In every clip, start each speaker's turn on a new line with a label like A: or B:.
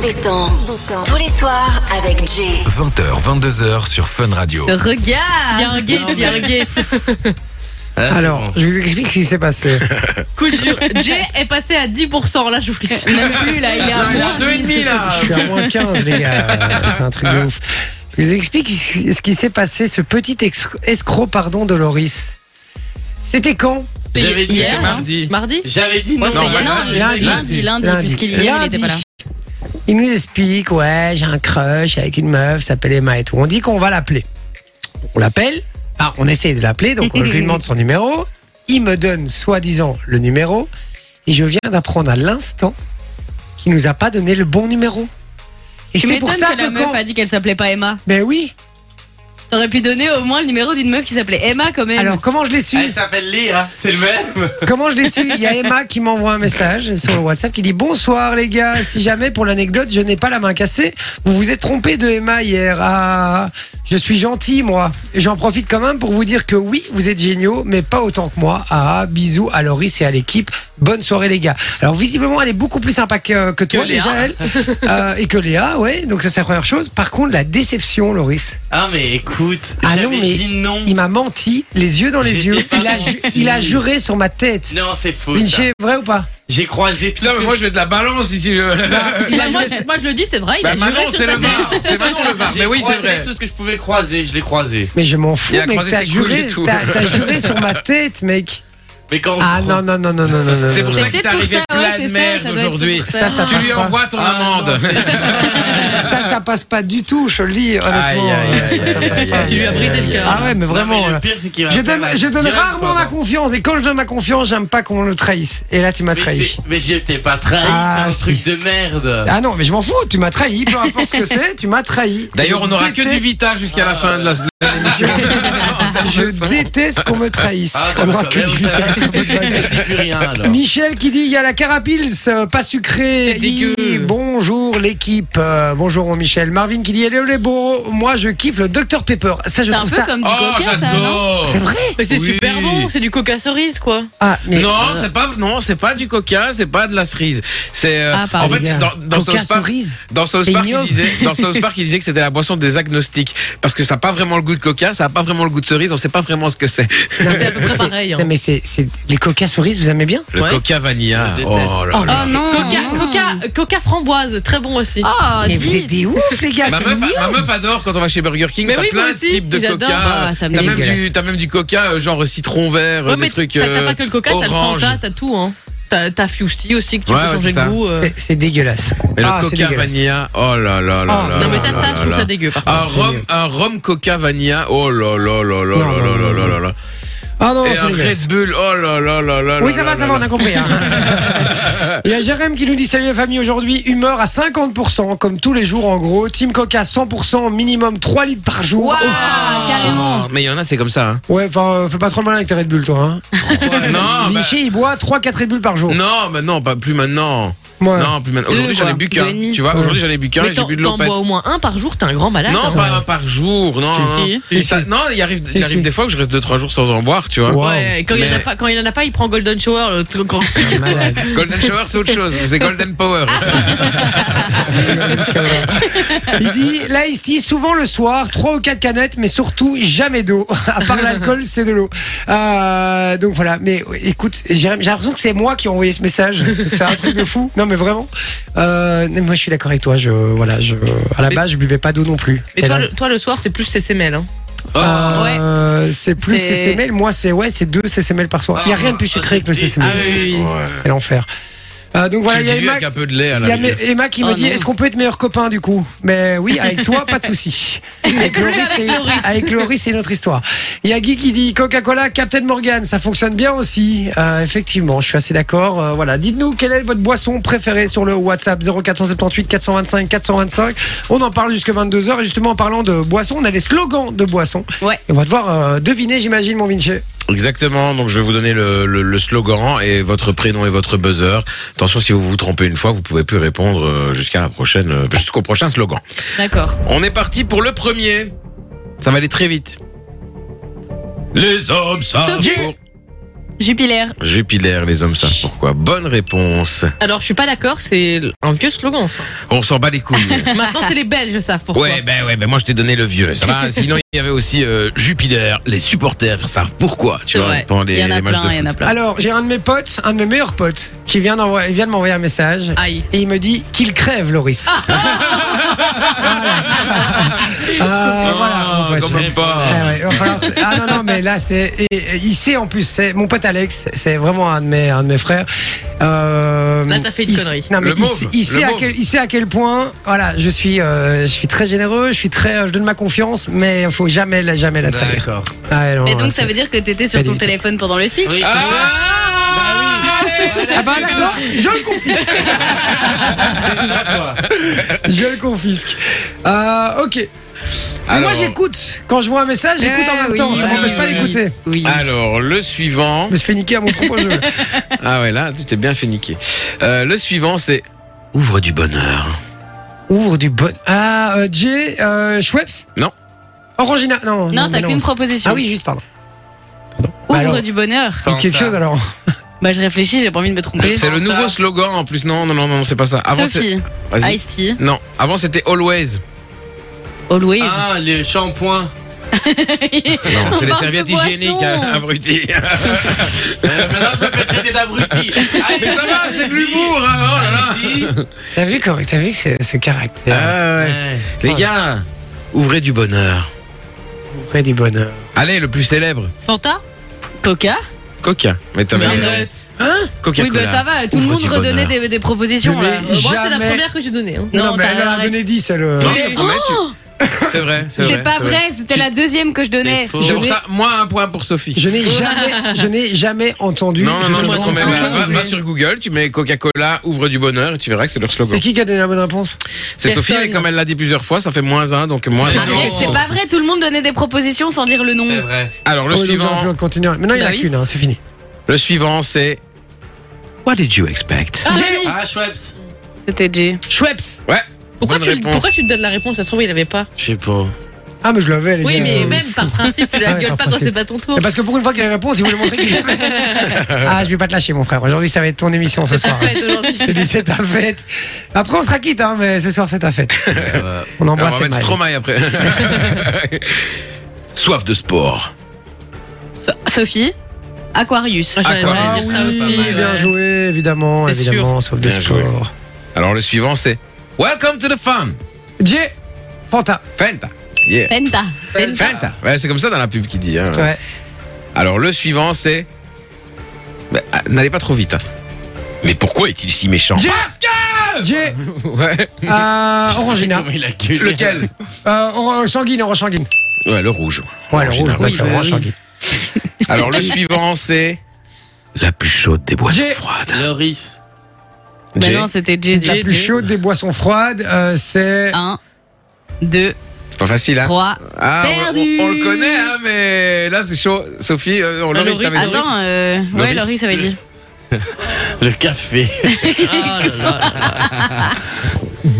A: détend tous les soirs avec Jay.
B: 20h, 22h sur Fun Radio.
C: Regarde
D: Yargate, Yargate.
E: Hein, Ah,
F: Alors, je vous explique ce qui s'est passé.
D: Coup dur. Jay est passé à 10%, là, je vous le dis.
C: Même plus là, il est à moins 10.
F: Je suis à moins 15, les gars. C'est un truc de ouf. Je vous explique ce qui s'est passé, ce petit ex- escroc, pardon, de Loris. C'était quand
E: J'avais dit
D: Hier, hein
E: c'était mardi.
D: Mardi
E: J'avais dit
D: Ouais,
E: non.
D: c'était hier.
E: non,
D: Non,
F: lundi.
D: Lundi, lundi,
F: Lundi.
D: puisqu'il y
F: Lundi.
D: il était pas là.
F: Il nous explique, ouais, j'ai un crush avec une meuf, s'appelle Emma et tout. On dit qu'on va l'appeler. On l'appelle, ah, on essaye de l'appeler, donc je lui demande son numéro. Il me donne soi-disant le numéro, et je viens d'apprendre à l'instant qu'il nous a pas donné le bon numéro. Et
D: Tu
F: c'est
D: m'étonnes
F: pour ça
D: que la
F: que
D: meuf
F: quand...
D: a dit qu'elle s'appelait pas Emma.
F: Ben oui,
D: T'aurais pu donner au moins le numéro d'une meuf qui s'appelait Emma quand même.
F: alors comment je l'ai su
E: Elle s'appelle
G: Ah,
E: Léa, c'est le même.
F: Comment je l'ai su Il y a Emma qui m'envoie un message sur le WhatsApp qui dit Bonsoir les gars, si jamais pour l'anecdote je n'ai pas la main cassée, vous vous êtes trompé de Emma hier. Ah, je suis gentil moi. Et J'en profite quand même pour vous dire que oui, vous êtes géniaux, mais pas autant que moi. Ah, bisous à Loris et à l'équipe. Bonne soirée les gars. Alors visiblement elle est beaucoup plus sympa que, que toi
E: Que Léa.
F: déjà elle. Euh, et que Léa, ouais, donc ça c'est la première chose. Par contre la déception Loris,
E: Ah mais écoute,
F: Ah
E: j'avais
F: non, mais-
E: dit non.
F: il m'a menti, les yeux dans les
E: J'étais
F: yeux.
E: pas
F: Il a, ju-
E: gentil.
F: il a juré sur ma tête.
E: Non, c'est faux. ça.
F: Vinci, vrai ou pas
E: J'ai croisé tout
G: Non,
E: ce
G: mais
E: que
G: moi je vais de la balance ici. je-
D: Il a-
F: Il a
D: Bah, moi,
F: juré-
D: je- moi, je le dis, c'est vrai, il
G: Bah,
D: a juré
G: Manon,
D: sur
G: c'est
D: sa
G: le
D: tête.
G: VAR. C'est Manon le VAr.
E: J'ai
G: Mais oui, c'est
E: croisé
G: vrai.
E: tout ce que je pouvais croiser, je l'ai croisé.
F: Mais je m'en fous,
G: Il a
F: mec.
G: croisé
F: T'as
G: ses couilles
F: juré,
G: et tout.
F: t'as- t'as juré sur ma tête, mec.
E: Mais quand
F: Ah
E: on-
F: non, non, non, non, non, non. non,
G: C'est pour
F: non,
G: ça
F: non.
G: que t'es
D: peut-être pour
G: arrivé
D: ça, ouais,
G: plein
D: c'est
G: de
D: ça, ça
G: merde
D: doit être
G: aujourd'hui.
D: pour ça.
F: Ça, ça
G: Tu
F: passe
G: lui
F: pas.
G: envoies ton
E: Ah, non,
G: amende.
F: Ça, ça passe pas du tout, je le dis, honnêtement.
G: Aïe, aïe, aïe,
F: Ça, ça
G: aïe,
F: passe
G: aïe,
F: pas.
D: Il lui a brisé le cœur.
F: Ah ouais, mais
E: Non,
F: vraiment.
E: mais
F: là.
E: le pire, c'est qu'il va
F: Je
E: faire
F: donne,
E: la
F: je donne
E: gueule,
F: rarement
E: pardon.
F: ma confiance, mais quand je donne ma confiance, j'aime pas qu'on le trahisse. Et là, tu m'as
E: Mais
F: trahi.
E: c'est- Mais je t'ai pas trahi,
F: Ah,
E: c'est un
F: si.
E: truc de merde.
F: Ah non, mais je m'en fous, tu m'as trahi, peu importe ce que c'est, tu m'as trahi.
G: D'ailleurs, on n'aura que
F: Je
G: du
F: déteste-
G: Vita jusqu'à la fin de la.
F: Je déteste qu'on me trahisse.
E: Ah,
F: on
E: bah,
F: n'aura
E: ça
F: que
E: va,
F: du
E: ça va.
F: Vita.
E: Plus rien
G: Ah.
E: alors.
F: Michel qui dit il y a la carapils, euh, pas sucrée.
G: C'est dégueu.
F: Hi, Bonjour l'équipe. Euh, bonjour mon Michel. Marvin qui dit hello les beaux. Moi je kiffe le Dr Pepper. Ça je
D: C'est un
F: trouve
D: peu
F: ça.
D: comme du
G: Oh,
D: coca, ça, non
G: j'adore.
F: C'est vrai.
D: Mais c'est
G: Oui.
D: super bon, c'est du coca cerise, quoi.
F: Ah mais
G: Non, c'est pas non, c'est pas du coca, c'est pas de la cerise. C'est euh,
D: Ah,
G: en
D: pardon.
G: fait
F: Les gars,
G: dans, dans
F: Coca
G: South Park,
F: cerise.
G: dans South
F: Et
G: Park,
F: ignoble.
G: il disait, dans South Park, il disait que c'était la boisson des agnostiques parce que ça n'a pas vraiment le goût de coca, ça n'a pas vraiment le goût de cerise, on sait pas vraiment ce que c'est.
D: C'est à peu près pareil. hein.
F: Non mais c'est c'est- les coca cerises vous aimez bien.
G: Le
D: Ouais.
G: coca vanilla.
E: Je déteste.
G: Oh là
F: Oh,
G: là.
C: Oh non.
D: Coca, coca, coca framboise, très bon aussi.
C: Oh,
F: mais vous êtes
C: dites.
F: des ouf les gars.
G: Ma
F: c'est
G: meuf,
F: mignon.
G: ma meuf adore quand on va chez Burger King,
D: Ah, Mais
G: t'as
D: oui, moi
G: plein de
D: aussi,
G: types de
D: j'adore.
G: coca.
D: Bah, ça me
G: T'as même,
F: dégueulasse.
G: du- t'as même du coca euh, genre citron vert, euh,
D: Ouais,
G: des
D: mais
G: trucs.
D: t'as t'as
G: euh,
D: pas que le coca, t'as le
G: orange.
D: Fanta, t'as tout, hein. T'as t'as Fusti aussi que tu
G: Ouais,
D: peux
G: ouais,
D: changer
G: c'est ça.
D: le goût. euh.
F: C'est- C'est dégueulasse.
G: Mais le
F: Ah, c'est
G: coca
F: dégueulasse.
G: vanilla, oh là là là
F: Ah,
G: là.
D: Non, mais ça,
G: là
D: ça,
G: là
D: je trouve
G: là.
D: ça dégueu, par
G: Un
D: contre.
G: rhum, un rhum coca vanilla, oh là là là là là
F: Non, non,
G: là là
F: non, non.
G: là là.
F: Ah non
G: Et
F: c'est
G: un
F: dégueulasse.
G: Red Bull, oh là là là là.
F: Oui,
G: là
F: ça
G: là
F: va, ça
G: là
F: va, on
G: là.
F: a compris. hein. Il y a Jérém qui nous dit Salut la famille, aujourd'hui, humeur à 50%, comme tous les jours en gros. Team Coca 100%, minimum 3 litres par jour.
C: Waouh,
F: Oh.
C: carrément.
G: Mais il y en a, c'est comme ça. Hein.
F: Ouais, enfin, euh, fais pas trop le malin avec tes Red Bull, toi. Hein.
G: non, bah,
F: Vinci, il boit 3-4 Red Bull par jour.
G: non, mais non, pas plus maintenant.
F: Oh. Ouais.
G: Non, plus maintenant.
D: Deux,
G: Aujourd'hui, j'en ai
D: quoi.
G: bu
D: Deux et
G: qu'un.
D: demi.
G: Tu vois, aujourd'hui, j'en ai bu qu'un
D: Mais
G: et j'ai
D: t'en
G: bu de
D: t'en
G: l'opette.
D: bois au moins un par jour, t'es un grand malade.
G: Non,
D: hein.
G: pas un par jour, non. non.
D: Si.
G: Et ça- non, il arrive, il
F: Si,
G: arrive
F: si.
G: des fois que je reste 2-3 jours sans en boire, tu vois.
F: Wow.
D: Ouais, et quand, il y en a
G: Mais-
D: pas, quand il en a pas, il prend Golden Shower. le truc quand-
F: Malade.
G: Golden Shower, c'est autre chose. C'est Golden Power.
F: Ah. Il dit là, il se dit souvent le soir, 3 ou 4 canettes, mais surtout jamais d'eau. À part l'alcool, c'est de l'eau. Euh, donc voilà, mais ouais, écoute, Jérém, j'ai l'impression que c'est moi qui ai envoyé ce message. C'est un truc de fou. Non, mais vraiment. Euh, moi, je suis d'accord avec toi. Je, voilà, je, à la
D: Mais-
F: base, je buvais pas d'eau non plus.
D: Mais
F: Et
D: toi,
F: là,
D: le, toi, le soir, c'est plus CCML. Hein.
F: euh, c'est plus
D: C'est-
F: CCML. Moi, c'est ouais, c'est 2 CCML par soir. Il n'y a rien de plus sucré que le CCML.
D: Ah oui, oui, oui.
F: C'est l'enfer. Euh, donc voilà,
G: tu
F: il
G: le
F: y a
G: dilues
F: Emma,
G: avec un peu de lait à
F: il y
G: la
F: a
G: rigueur.
F: Emma qui me
D: Oh
F: dit
D: non.
F: est-ce qu'on peut être meilleurs copains du coup Mais oui, avec toi, pas de souci. Avec Laurie, c'est avec Laurie, c'est notre histoire. Il y a Guy qui dit Coca-Cola, Captain Morgan, ça fonctionne bien aussi. Euh, effectivement, je suis assez d'accord. Euh, voilà, dites-nous quelle est votre boisson préférée sur le WhatsApp 0478 425 425. On en parle jusque 22 h et justement en parlant de boissons, on a les slogans de boissons.
D: Ouais.
F: Et on va devoir euh, deviner, j'imagine, mon Vinci.
G: Exactement, donc je vais vous donner le, le- le slogan et votre prénom et votre buzzer. Attention, si vous vous trompez une fois, vous pouvez plus répondre euh, jusqu'à la prochaine, euh, jusqu'au prochain slogan.
D: D'accord.
G: On est parti pour le premier. Ça va aller très vite. Les hommes savent.
D: Sophie.
G: pour-
D: Jupiler.
G: Jupiler, les hommes savent pourquoi. Bonne réponse.
C: Alors, je suis pas d'accord, c'est un vieux slogan, ça.
G: On s'en bat les couilles.
C: Maintenant, c'est les Belges, savent pourquoi.
G: Ouais, ben ouais, ben moi je t'ai donné le vieux. Ça va. Sinon il y avait aussi euh, Jupiter. Les supporters savent pourquoi. Tu
D: C'est
G: vois
D: vrai.
G: pendant les,
D: Il y en
G: les
D: a
G: matchs de
D: plein, il y en a
G: foot.
D: plein.
F: Alors, j'ai un de mes potes, un de mes meilleurs potes, qui vient, d'envoyer- il vient de m'envoyer un message.
C: Aïe.
F: Et il me dit qu'il crève, Loris.
G: Ah.
F: voilà. Euh, voilà,
E: Ah,
F: mon pote.
E: quand même pas.
F: Eh ouais, il va falloir- Ah non, non, mais là, c'est. et- et Il sait en plus, c'est mon pote Alex, c'est vraiment un de mes, un de mes frères. Euh,
C: Là, t'as fait une
F: il-
C: connerie.
F: Non, mais
G: Le
F: il,
G: mauve,
F: il sait
G: le
F: à
G: mauve.
F: quel, il sait à quel point, voilà, je suis, euh, je suis très généreux, je suis très, euh, je donne ma confiance, mais faut jamais, la- jamais la trahir.
E: D'accord.
F: Ah, non,
D: Et
F: ouais,
D: donc, ça
F: c'est-
D: veut dire que t'étais sur
F: Pas
D: ton
F: du tout.
D: téléphone pendant le speak
E: Oui, c'est ça.
G: Ah
F: Ah bah là, non, je le confisque. je le confisque. Euh, ok. Mais
G: Alors-
F: Moi j'écoute. Quand je vois un message, j'écoute en
D: Eh
F: même
D: oui,
F: temps. Ça
D: oui,
F: m'empêche pas
D: oui.
F: d'écouter.
D: Oui.
G: Alors le suivant.
F: Je me suis fait niquer à mon propre jeu.
G: Ah ouais là tu t'es bien fait niquer. Euh, le suivant c'est ouvre du bonheur.
F: Ouvre du bon. Ah, euh, Jay, euh, Schweppes
G: Non.
F: Orangina. Non,
D: Non, t'as
F: mais
D: qu'une proposition.
F: Ah oui, juste, pardon. Pardon. Bah alors,
D: Ouvre du bonheur.
F: dites quelque chose alors.
D: Bah, je réfléchis, j'ai pas envie de me tromper.
G: C'est le nouveau slogan en plus. Non non non non c'est pas ça. Avant c'est.
D: Sophie, Ah,
G: Vas-y.
D: Ice-T,
G: Non avant c'était always.
D: Always.
E: Ah, les shampoings.
G: Non c'est les
D: parle
G: serviettes
D: de boisson.
G: hygiéniques hein, à- abrutis.
E: Euh, Maintenant, je me fais traiter d'abruti. Allez, ça
G: Ah,
E: va, c'est de l'humour. hein, Oh là là.
F: T'as vu, quand- t'as vu que c'est- ce caractère
G: Ah ouais.
E: Ouais.
G: Les gars ouvrez du bonheur.
F: Ouvrez du bonheur.
G: Allez le plus célèbre.
C: Fanta
D: Coca.
G: Coca. Mais t'avais
C: Mais
G: raison.
C: arrête.
G: bah, Coca-Cola.
D: Oui, bah ça va, tout le
G: Ouvre
D: monde
G: du
D: redonnait
G: bonheur.
D: des, des propositions
F: Je
D: là.
F: n'ai
C: Euh, moi, c'est la
F: Jamais.
C: première que j'ai donnée. hein.
D: Non,
F: mais
D: t'as-
F: elle en a donné 10, elle. euh,
G: Non,
D: Mais- oh
G: je te promets, tu- C'est vrai, c'est vrai.
D: C'est pas
G: c'est
D: vrai, c'était la deuxième que je donnais.
E: C'est faux.
G: C'est pour ça, moi, un point pour Sophie.
F: Je n'ai jamais, je n'ai jamais entendu.
G: Non, non, non, je
F: Justement,
G: te promets.
F: aucun
G: Va, va-
F: anglais.
G: va sur Google, tu mets Coca-Cola, ouvre du bonheur, et tu verras que c'est leur slogan.
F: C'est qui qui a donné la bonne réponse
G: C'est Sophie,
C: Personne.
G: mais comme elle l'a dit plusieurs fois, ça fait moins un, donc moins un.
D: Arrête,
E: Non.
D: c'est pas vrai, tout le monde donnait des propositions sans dire le nom.
E: C'est vrai.
G: Alors, le
F: Oh, donc, j'aurais
G: suivant,
F: pu continuer. Maintenant, il n'y en a
D: Bah oui.
F: qu'une, hein, c'est fini.
G: le suivant, c'est. What did you expect?
C: Ah, oui.
E: Ah, Schweppes.
D: C'était J.
F: Schweppes
G: Ouais.
C: Pourquoi
G: bonne
C: tu,
G: réponse.
C: pourquoi tu te donnes la réponse Ça se trouve, il avait pas.
E: Je sais pas.
F: Ah, mais je l'avais, elle est
C: Oui,
F: bien,
C: mais
F: euh,
C: même par principe, tu
F: Ah
C: la
F: ouais,
C: gueules
F: par
C: pas quand
F: principe. Eh ben,
C: c'est pas ton tour.
F: Mais parce que pour une fois qu'il a la réponse, il voulait montrer qu'il Ah, je vais pas te lâcher, mon frère. Aujourd'hui, ça va être ton émission ce soir.
C: Ouais, aujourd'hui.
F: Je te dis, c'est ta fête. Après, on sera quitte, hein, mais ce soir, c'est ta fête. On
G: Alors,
F: embrasse
G: bah, on va mettre
F: Emmaël.
G: Stromae après. Soif de sport.
D: So- Sophie, Aquarius.
C: Ah, j'allais
G: Aquarius.
F: Ah
C: dire ça aussi,
F: oui,
C: ouais.
F: bien joué, évidemment,
C: C'est sûr.
F: évidemment, sauf de
G: Bien joué.
F: sport.
G: Alors, le suivant, c'est. Welcome to the fun!
F: Jay, Fanta.
G: Fanta. Yeah.
D: Fenta. Fenta.
G: Fanta. Ouais, c'est comme ça dans la pub qui dit. hein.
F: Ouais.
G: Alors le suivant c'est. Bah, ah, N'allez pas trop vite. hein. Mais pourquoi est-il si méchant
F: Jay, Jay,
G: Ouais.
F: euh, Orangina.
E: Comment il a gueulé.
G: Lequel
F: Euh, or- sanguine, orange sanguine.
G: Ouais, le rouge.
F: Ouais, le
G: Orangina.
F: rouge, bah,
G: Oui.
F: c'est orange sanguine.
G: Alors le suivant c'est. La plus chaude des boissons
F: J'ai-
G: froides.
E: Loris.
D: Bah
G: Jay.
D: non, c'était J.
F: La plus chaude des boissons froides, euh, c'est.
D: 1, 2,
G: C'est pas facile hein
D: 3.
C: Oh,
G: Ah, on-
D: Perdu.
G: On, on le connaît hein, mais là c'est chaud. Sophie, euh, on
C: Ah,
G: Loris,
C: Loris,
G: t'avais dit.
D: Attends, euh, ouais, Laurie, ça va dire.
E: Le café.
D: Ah,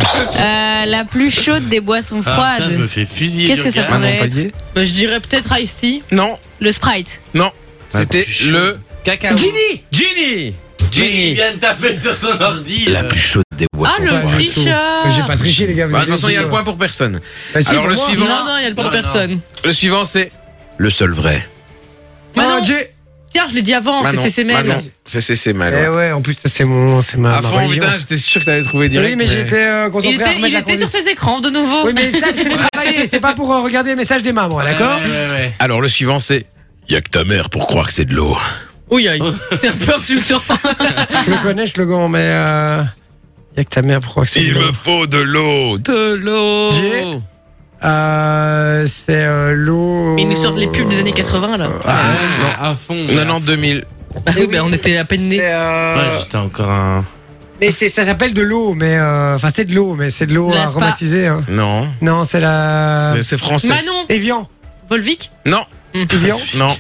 D: Euh, la plus chaude des boissons
E: Ah, putain, je me
D: froides.
E: fais fusiller.
D: Qu'est-ce que
E: le
D: ça
E: gars.
G: Ah non,
D: Ouais.
G: pas dit.
C: Bah, je dirais peut-être Ice-T.
G: Non,
D: Le Sprite.
G: non. C'était
E: plus chaud.
G: le
E: Cacao.
G: Ginny. Ginny.
E: Mais Il
G: Ginny.
E: vient de taper sur son ordi. euh.
G: La
E: là.
G: plus chaude des
C: Ah,
G: boissons
C: le
G: froides.
F: J'ai
C: tricheur
F: pas triché, les gars. vous
G: Bah, de
F: avez
G: toute façon, il y a
F: dit, euh,
G: le point pour personne.
F: Bah, si,
G: Alors,
F: pour
G: le
F: moi.
G: suivant.
C: Non, non, il y a Ah, le point
E: Non,
C: de personne.
G: Le suivant, c'est le seul vrai.
C: Mais non,
F: Oh, Jay.
C: Pierre, je l'ai dit avant, c'est
G: Manon,
C: CCML.
G: Manon. C'est c'est
F: Eh
G: mal. ouais.
F: ouais, en plus, ça, c'est mon, c'est ma,
G: À
F: ma
G: fond,
F: religion.
G: putain, j'étais sûr que t'allais trouver direct.
F: Oui, mais j'étais euh, concentré
C: Il
F: à
C: était,
F: remettre
C: il
F: la
C: était sur
F: conduite.
C: ses écrans de nouveau.
F: Oui, mais ça, c'est pour travailler, c'est pas pour euh, regarder les messages des mamans, d'accord
E: Ouais, ouais, ouais.
G: Alors, le suivant, c'est. Y'a que ta mère pour croire que c'est de l'eau.
C: Oui, aïe. C'est un peu insultant.
F: Je le connais, ce slogan, mais. Euh... Y'a que ta mère, pourquoi que c'est.
G: Il
F: le
G: me
F: nom
G: faut de l'eau. De l'eau.
F: Jay Euh, c'est euh, l'eau.
C: Mais ils nous sortent les pubs des années 80, là.
E: Ah, non, à fond.
G: Non, non, 2000.
C: Bah oui, bah, on était à peine nés.
F: C'est, euh,
E: Ouais, j'étais encore un.
F: Mais c'est, ça s'appelle de l'eau, mais. euh, Enfin, c'est de l'eau, mais c'est de l'eau
C: La spa.
F: aromatisée. Hein.
G: Non.
F: Non, c'est la.
G: C'est- C'est français.
C: Manon,
F: Evian.
C: Volvic,
G: Non,
F: Evian.
G: non.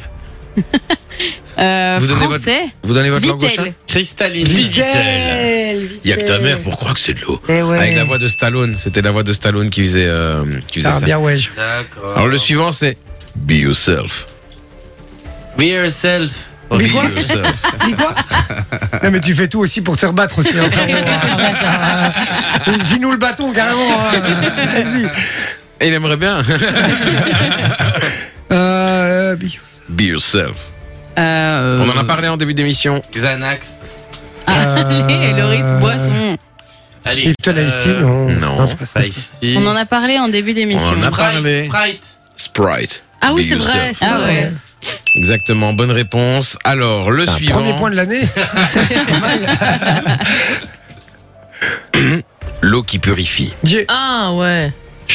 D: Euh,
G: Vous donnez votre-
D: français.
G: Vous donnez votre langue gauche
D: Vitel.
E: Cristalline.
F: Vitel.
G: Y'a que ta mère
F: Euh.
G: pour croire que c'est de l'eau.
F: Eh ouais.
G: Avec la voix de Stallone. C'était la voix de Stallone qui faisait, euh, qui faisait
F: Ah,
G: ça.
F: bien, ouais. je-
E: D'accord.
G: Alors, le suivant, c'est. Be yourself.
E: Be yourself.
F: Mais quoi
G: Horrible, ça.
F: Dis quoi Non, mais tu fais tout aussi pour te rebattre aussi. hein, frérot. Arrête, euh, Vis-nous le bâton, carrément. hein. Vas-y.
G: Il aimerait bien.
F: Euh, Beyoncé.
G: Be yourself.
D: Euh,
G: On en a parlé en début d'émission.
E: Xanax.
C: Eh,
D: Allez,
F: Euh,
D: Loris Boisson.
E: Allez.
F: Lipton Ice Tea,
E: euh,
F: non.
G: non.
F: c'est pas ça.
E: Ice Tea.
D: On en a parlé en début d'émission.
G: On en a parlé.
E: Sprite. Sprite.
G: Sprite.
C: Ah oui,
G: Be
C: c'est vrai.
G: yourself.
C: c'est
D: Ah
C: vrai.
D: ouais.
G: Exactement, bonne réponse. Alors, le
F: Un
G: suivant.
F: Premier point de l'année.
G: L'eau qui purifie.
F: Jay.
C: Ah ouais.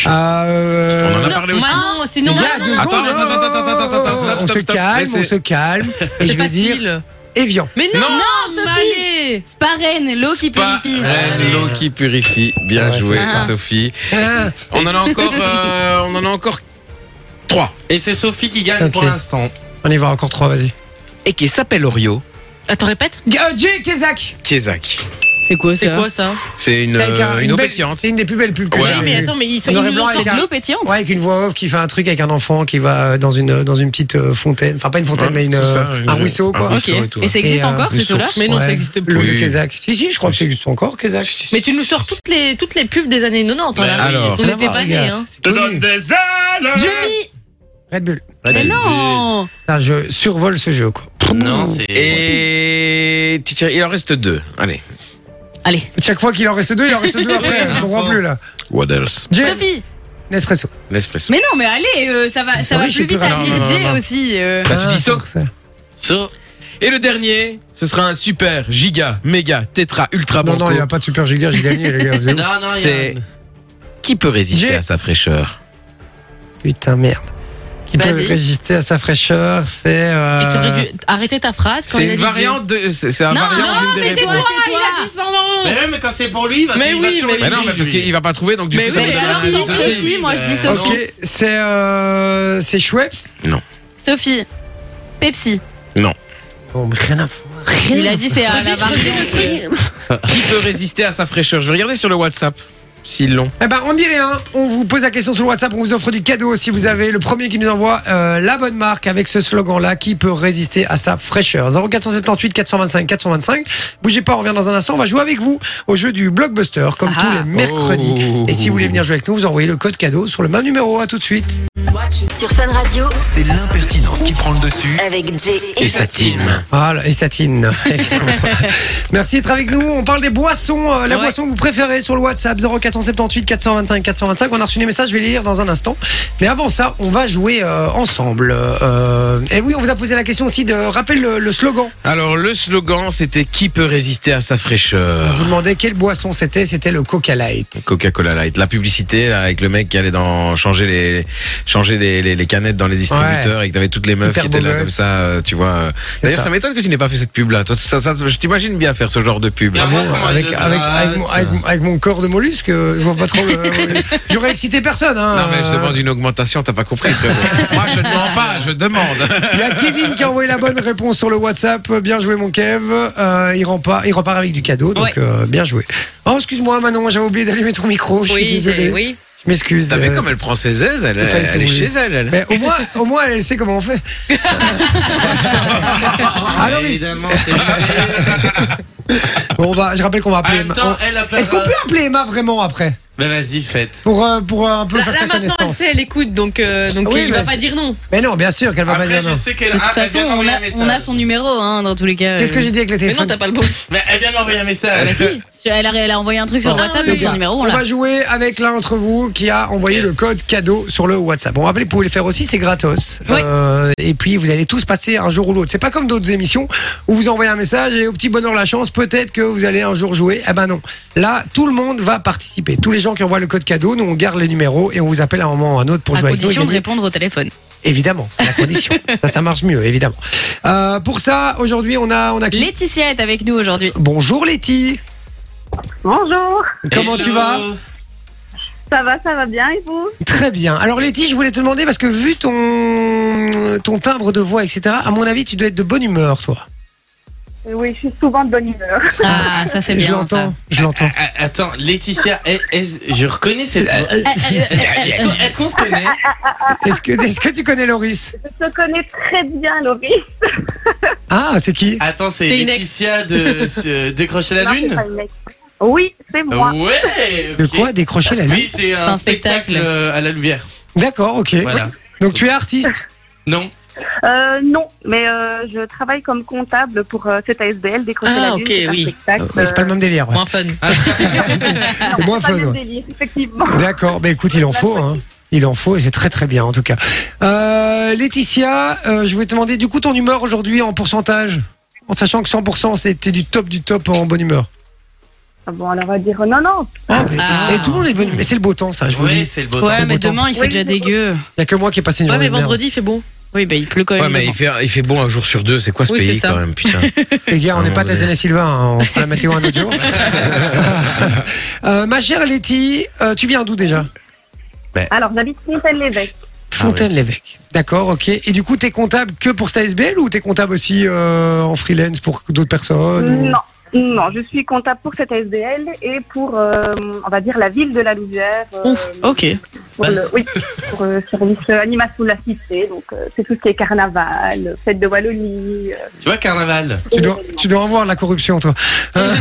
G: Ah.
F: Euh,
G: On en a
C: Non,
G: parlé aussi.
C: non, sinon,
F: Il y
C: ah,
F: a
C: non,
F: deux
C: non,
G: Attends,
F: secondes.
G: attends, attends, attends, attends, attends, attends,
F: on
G: stop,
F: se
G: stop,
F: calme, on
G: laissez.
F: se calme. Et
C: c'est
F: je vais
C: facile.
F: dire Evian.
C: Mais non,
G: Non,
C: Sophie.
D: Sparren, l'eau qui purifie.
G: Reine, L'eau qui purifie. Bien
F: Ah Ouais,
G: joué,
F: c'est
D: ça.
G: Sophie.
F: Ah,
G: On en a encore. euh, on en a encore trois.
E: Et c'est Sophie qui gagne
F: Ok.
E: pour l'instant.
F: on y va encore trois, vas-y.
G: Et qui s'appelle Orio.
C: Attends, répète.
F: Euh, Jay Kezak.
G: Kezak.
D: C'est quoi
C: C'est
D: ça
C: quoi ça
G: C'est une,
F: Avec un-
G: euh, une eau
F: belle-
G: pétillante.
F: C'est une des plus belles pubs que
G: Ouais.
F: j'ai
C: Oui,
F: vues.
C: mais attends, mais ils sont
F: En noir et
C: ils nous
F: blanc
C: l'ont
F: avec
C: sorti.
F: un-
D: De l'eau pétillante.
F: Ouais, avec une voix off qui fait un truc avec un enfant qui va euh, dans une, dans une petite euh, fontaine. Enfin, pas une fontaine,
G: Ouais,
F: mais une,
G: c'est ça,
F: euh,
G: une-
F: un ruisseau, quoi.
G: un
D: Ok.
G: Sur et tout, hein.
D: Et ça existe
F: Et, euh,
D: encore
G: le
D: cette eau-là
G: source.
C: Mais non,
F: Ouais.
C: ça existe plus.
F: L'eau de
G: Oui.
F: Kezak. Si, si, je crois que ça existe encore, Kezak.
C: Mais tu nous sors toutes les, toutes les pubs des années
D: Bah
C: 90. hein, là.
G: Alors.
C: on
F: Rien à
C: n'était
F: voir,
C: pas
F: les
C: nés.
F: gars.
C: Hein.
F: C'est connu.
D: Jimmy
F: Red Bull.
D: Mais non
F: Putain, je survole ce jeu, quoi.
E: Non, c'est.
G: Et teacher, il en reste deux. Allez.
D: Allez,
F: Chaque fois qu'il en reste deux, il en reste deux après. hein, Je comprends plus, là.
G: What else?
F: Jay,
D: Sophie
F: Nespresso.
G: L'espresso.
D: Mais non, mais allez, euh, ça va, ça
F: vrai,
D: va
F: je suis
D: plus
F: plus
D: vite à
F: rapide.
G: Non,
D: dire
G: non,
D: Jay
G: non.
D: aussi. euh.
G: Bah,
C: Ah,
G: tu dis ça.
F: Ah, pour ça.
E: So.
G: Et le dernier, ce sera un super, giga, méga, tétra, ultra
F: Non,
G: banco.
F: non, il n'y a pas de super giga, j'ai gagné, les gars. vous êtes ouf.
E: Non, non, il y a-
G: C'est qui peut résister
F: J'ai-
G: à sa fraîcheur
F: Putain, merde. Qui peut
C: Vas-y.
F: résister à sa fraîcheur, c'est. euh,
C: Et tu aurais dû arrêter ta phrase quand
G: C'est
C: il a
G: une
C: dit
G: variante de, c'est c'est un
C: Non,
G: variant
C: non,
G: d'une des
C: mais tais-toi.
G: réponses.
D: Ah, il a dit son nom
E: Mais oui, mais quand c'est pour lui, il va
C: Mais
E: il va
C: oui,
E: toujours
C: mais
E: le
G: Mais
C: oui.
G: Bah non, mais parce qu'il va pas trouver, donc du
C: Mais
G: coup ça
C: oui,
G: vous
C: mais
G: donne
C: Sophie,
G: un indice
C: Sophie,
G: aussi.
D: Sophie, moi je dis Sophie.
F: Ok, c'est. euh, C'est Schweppes
D: Sophie. Pepsi.
F: Bon, mais rien à voir.
D: Il a dit c'est à la variante.
F: Oh,
G: Qui peut résister à sa fraîcheur Je vais regarder sur le WhatsApp s'ils l'ont.
F: Eh ben, on dit rien. On vous pose la question sur le WhatsApp. On vous offre du cadeau si vous avez le premier qui nous envoie euh, la bonne marque avec ce slogan-là qui peut résister à sa fraîcheur. 0478 425 425. Bougez pas, on revient dans un instant. On va jouer avec vous au jeu du blockbuster comme
D: Ah.
F: tous les mercredis.
G: Oh.
F: Et si vous voulez venir jouer avec nous, vous envoyez le code cadeau sur le même numéro. À tout de suite.
A: Sur Fun Radio
B: C'est l'impertinence qui prend le dessus
A: avec Jay
G: Et sa team.
F: Voilà, et Satine. évidemment. Merci d'être avec nous. On parle des boissons, euh, la
D: Ouais.
F: boisson que vous préférez sur le WhatsApp 0478 425 425. On a reçu des messages, je vais les lire dans un instant. Mais avant ça, on va jouer euh, ensemble. Euh, et oui, on vous a posé la question aussi de rappel le, le slogan.
G: Alors le slogan c'était qui peut résister à sa fraîcheur
F: Vous demandez quelle boisson c'était, c'était le Coca Light.
G: Coca-Cola Light, la publicité là, avec le mec qui allait dans changer les changer les, les, les canettes dans les distributeurs et que t'avais toutes les meufs
F: Hyper
G: qui étaient là
F: beau
G: comme
F: gosse.
G: ça, euh, tu vois. euh.
F: C'est
G: D'ailleurs,
F: ça.
G: ça, m'étonne que tu n'aies pas fait cette pub là. Toi, ça, ça, je t'imagine bien faire ce genre de pub.
E: Ah bon
F: Bon,
E: Ouais,
F: avec,
E: le
F: avec,
E: Coca
F: avec, mon,
E: Light.
F: avec mon- avec mon corps de mollusque, euh, je vois pas trop. le- J'aurais excité personne. Hein.
G: Non mais je demande une augmentation, t'as pas compris. frérot. Moi je ne demande pas, je demande.
F: Il y a Kevin qui a envoyé la bonne réponse sur le WhatsApp. Bien joué, mon Kev. Euh, il, repart, il repart avec du cadeau, donc
D: Ouais.
F: euh, bien joué. Oh, excuse-moi, Manon, j'avais oublié d'allumer ton micro. Je suis
C: Oui,
F: désolé.
C: j'ai- oui.
F: Je m'excuse.
G: T'as vu
F: Euh,
G: comme elle prend ses aises, elle,
F: pas été
G: elle est
F: voulu.
G: chez elle. elle.
F: Mais au moins, au moins, elle sait comment on fait. Ah, Alors, il-
E: Ah, Évidemment, c'est-
F: bon, on va, je rappelle qu'on va
E: En
F: appeler
E: même
F: Emma.
E: temps,
F: On-
E: elle appelle.
F: Est-ce qu'on peut appeler Emma vraiment après
E: Ben vas-y, faites.
F: pour, euh, pour euh, un peu
C: Là,
F: faire
C: Bah, là,
F: sa
C: maintenant, elle
F: connaissance
C: sait, elle écoute, donc, euh, donc
F: Oui,
C: il va
F: mais c'est-
C: pas dire non.
E: Ah,
F: Mais non, bien sûr qu'elle va pas
E: Après,
F: dire
E: je
F: non.
E: sais qu'elle
D: De toute
E: Ah, elle
D: façon,
E: vient de
D: on a,
E: m'envoyer un
D: on a
E: message.
D: son numéro hein, dans tous les cas.
F: Qu'est-ce que
D: euh.
F: j'ai dit avec le
C: Mais
F: téléphone
C: non, t'as pas le bon.
E: Mais elle vient d'envoyer un
D: Ah bah
E: message.
D: si, elle a, elle a envoyé un truc sur
F: Ah
D: WhatsApp,
C: oui.
D: donc son numéro, on
F: On
D: l'a.
F: va jouer avec l'un d'entre vous qui a envoyé
E: Yes.
F: le code cadeau sur le WhatsApp. On va appeler, vous pouvez le faire aussi, c'est gratos.
D: Oui.
F: Euh, et puis vous allez tous passer un jour ou l'autre. C'est pas comme d'autres émissions où vous envoyez un message et au petit bonheur la chance, peut-être que vous allez un jour jouer. Eh ben non. Là, tout le monde va participer. Tous les gens qui envoient le code cadeau, nous on garde les numéros et on vous appelle à un moment ou à un autre pour
D: À
F: jouer avec nous. et
D: condition de
F: gagner.
D: répondre au téléphone.
F: Évidemment, c'est la condition. ça, ça marche mieux, évidemment. Euh, pour ça, aujourd'hui, on a, on a qui
D: Laetitia est avec nous aujourd'hui.
F: Bonjour Letty.
H: Bonjour,
F: Comment tu vas
E: Hello.
H: ça va, ça va bien et vous
F: Très bien. Alors Letty, je voulais te demander parce que vu ton ton timbre de voix, etc. À mon avis, tu dois être de bonne humeur, toi.
H: Oui, je suis souvent de bonne humeur.
D: Ah, ça c'est
F: je
D: bien.
F: l'entends, je l'entends.
E: Ah, Attends, Laetitia, est- est-ce- je reconnais cette voix.
D: ça. Euh, euh, euh,
E: Est-ce
D: euh,
E: qu'on- est-ce qu'on se connaît
F: Est-ce que, est-ce que tu connais Loris
H: Je te connais très bien, Laurie.
F: Ah, c'est qui
E: Attends, c'est
C: C'est une ex.
E: Laetitia de se décrocher la
H: Non, c'est
E: lune
H: pas une mec. Oui, c'est moi.
E: Ouais Ah,
F: De
E: ok.
F: quoi Décrocher la lune
E: Oui, c'est un,
D: un spectacle.
E: spectacle euh, à la Louvière.
F: D'accord, ok.
E: Voilà.
F: Donc tu es artiste
E: Non
H: Euh, non, mais euh, je travaille comme comptable pour euh, cette ASBL décrocher
C: Ah,
H: la lune.
C: ok,
H: c'est un
C: oui.
H: spectacle,
F: Ouais, Euh, C'est pas le même délire. ouais.
C: Moins fun.
H: euh, non,
F: C'est moins
H: pas le
F: fun,
H: même
F: ouais.
H: délire, effectivement.
F: D'accord, bah écoute, il en faut. Hein. Il en faut et c'est très très bien en tout cas. Euh, Laetitia, euh, je voulais te demander du coup ton humeur aujourd'hui en pourcentage En sachant que 100% c'était du top du top en bonne humeur.
H: Ah Bon, alors on va dire non, non.
F: Ah, mais-
D: Ah.
F: Et tout le monde est de bonne humeur. Mais c'est le beau temps ça, je vous le
E: Ouais,
F: dis.
E: c'est le beau
D: Ouais,
E: temps.
D: mais demain il fait
H: Oui,
D: déjà
H: c'est
D: dégueu.
F: Il n'y a que moi qui ai passé une
C: Ouais,
F: journée.
C: mais
F: de merde.
C: vendredi, il fait bon.
D: Oui, bah il pleut quand même.
G: Ouais, mais il fait, il fait bon un jour sur deux, c'est quoi ce
C: Oui,
G: pays
C: c'est ça.
G: quand même, putain
F: Les gars, on
G: Ah,
F: n'est pas
G: mon Dieu.
F: Tatiana Silva, hein, on fera la météo un autre jour. Euh, ma chère Letty, euh, tu viens d'où déjà
H: Alors, j'habite Fontaine-l'Évêque.
F: Fontaine-l'Évêque. D'accord, ok. Et du coup, t'es comptable que pour ta SBL ou t'es comptable aussi euh, en freelance pour d'autres personnes
C: Euh,
F: ou-
H: Non. Non, je suis comptable pour cette ASBL et pour, euh, on va dire, la ville de la Louvière. euh,
C: Ouf, ok.
H: pour le, oui, pour euh, service euh, animation de la cité. Donc, euh, c'est tout ce qui est carnaval, fête de Wallonie. euh,
E: Tu vois, carnaval.
F: Tu
H: et
F: dois,
H: événements.
F: tu dois en voir de la corruption, toi. Euh,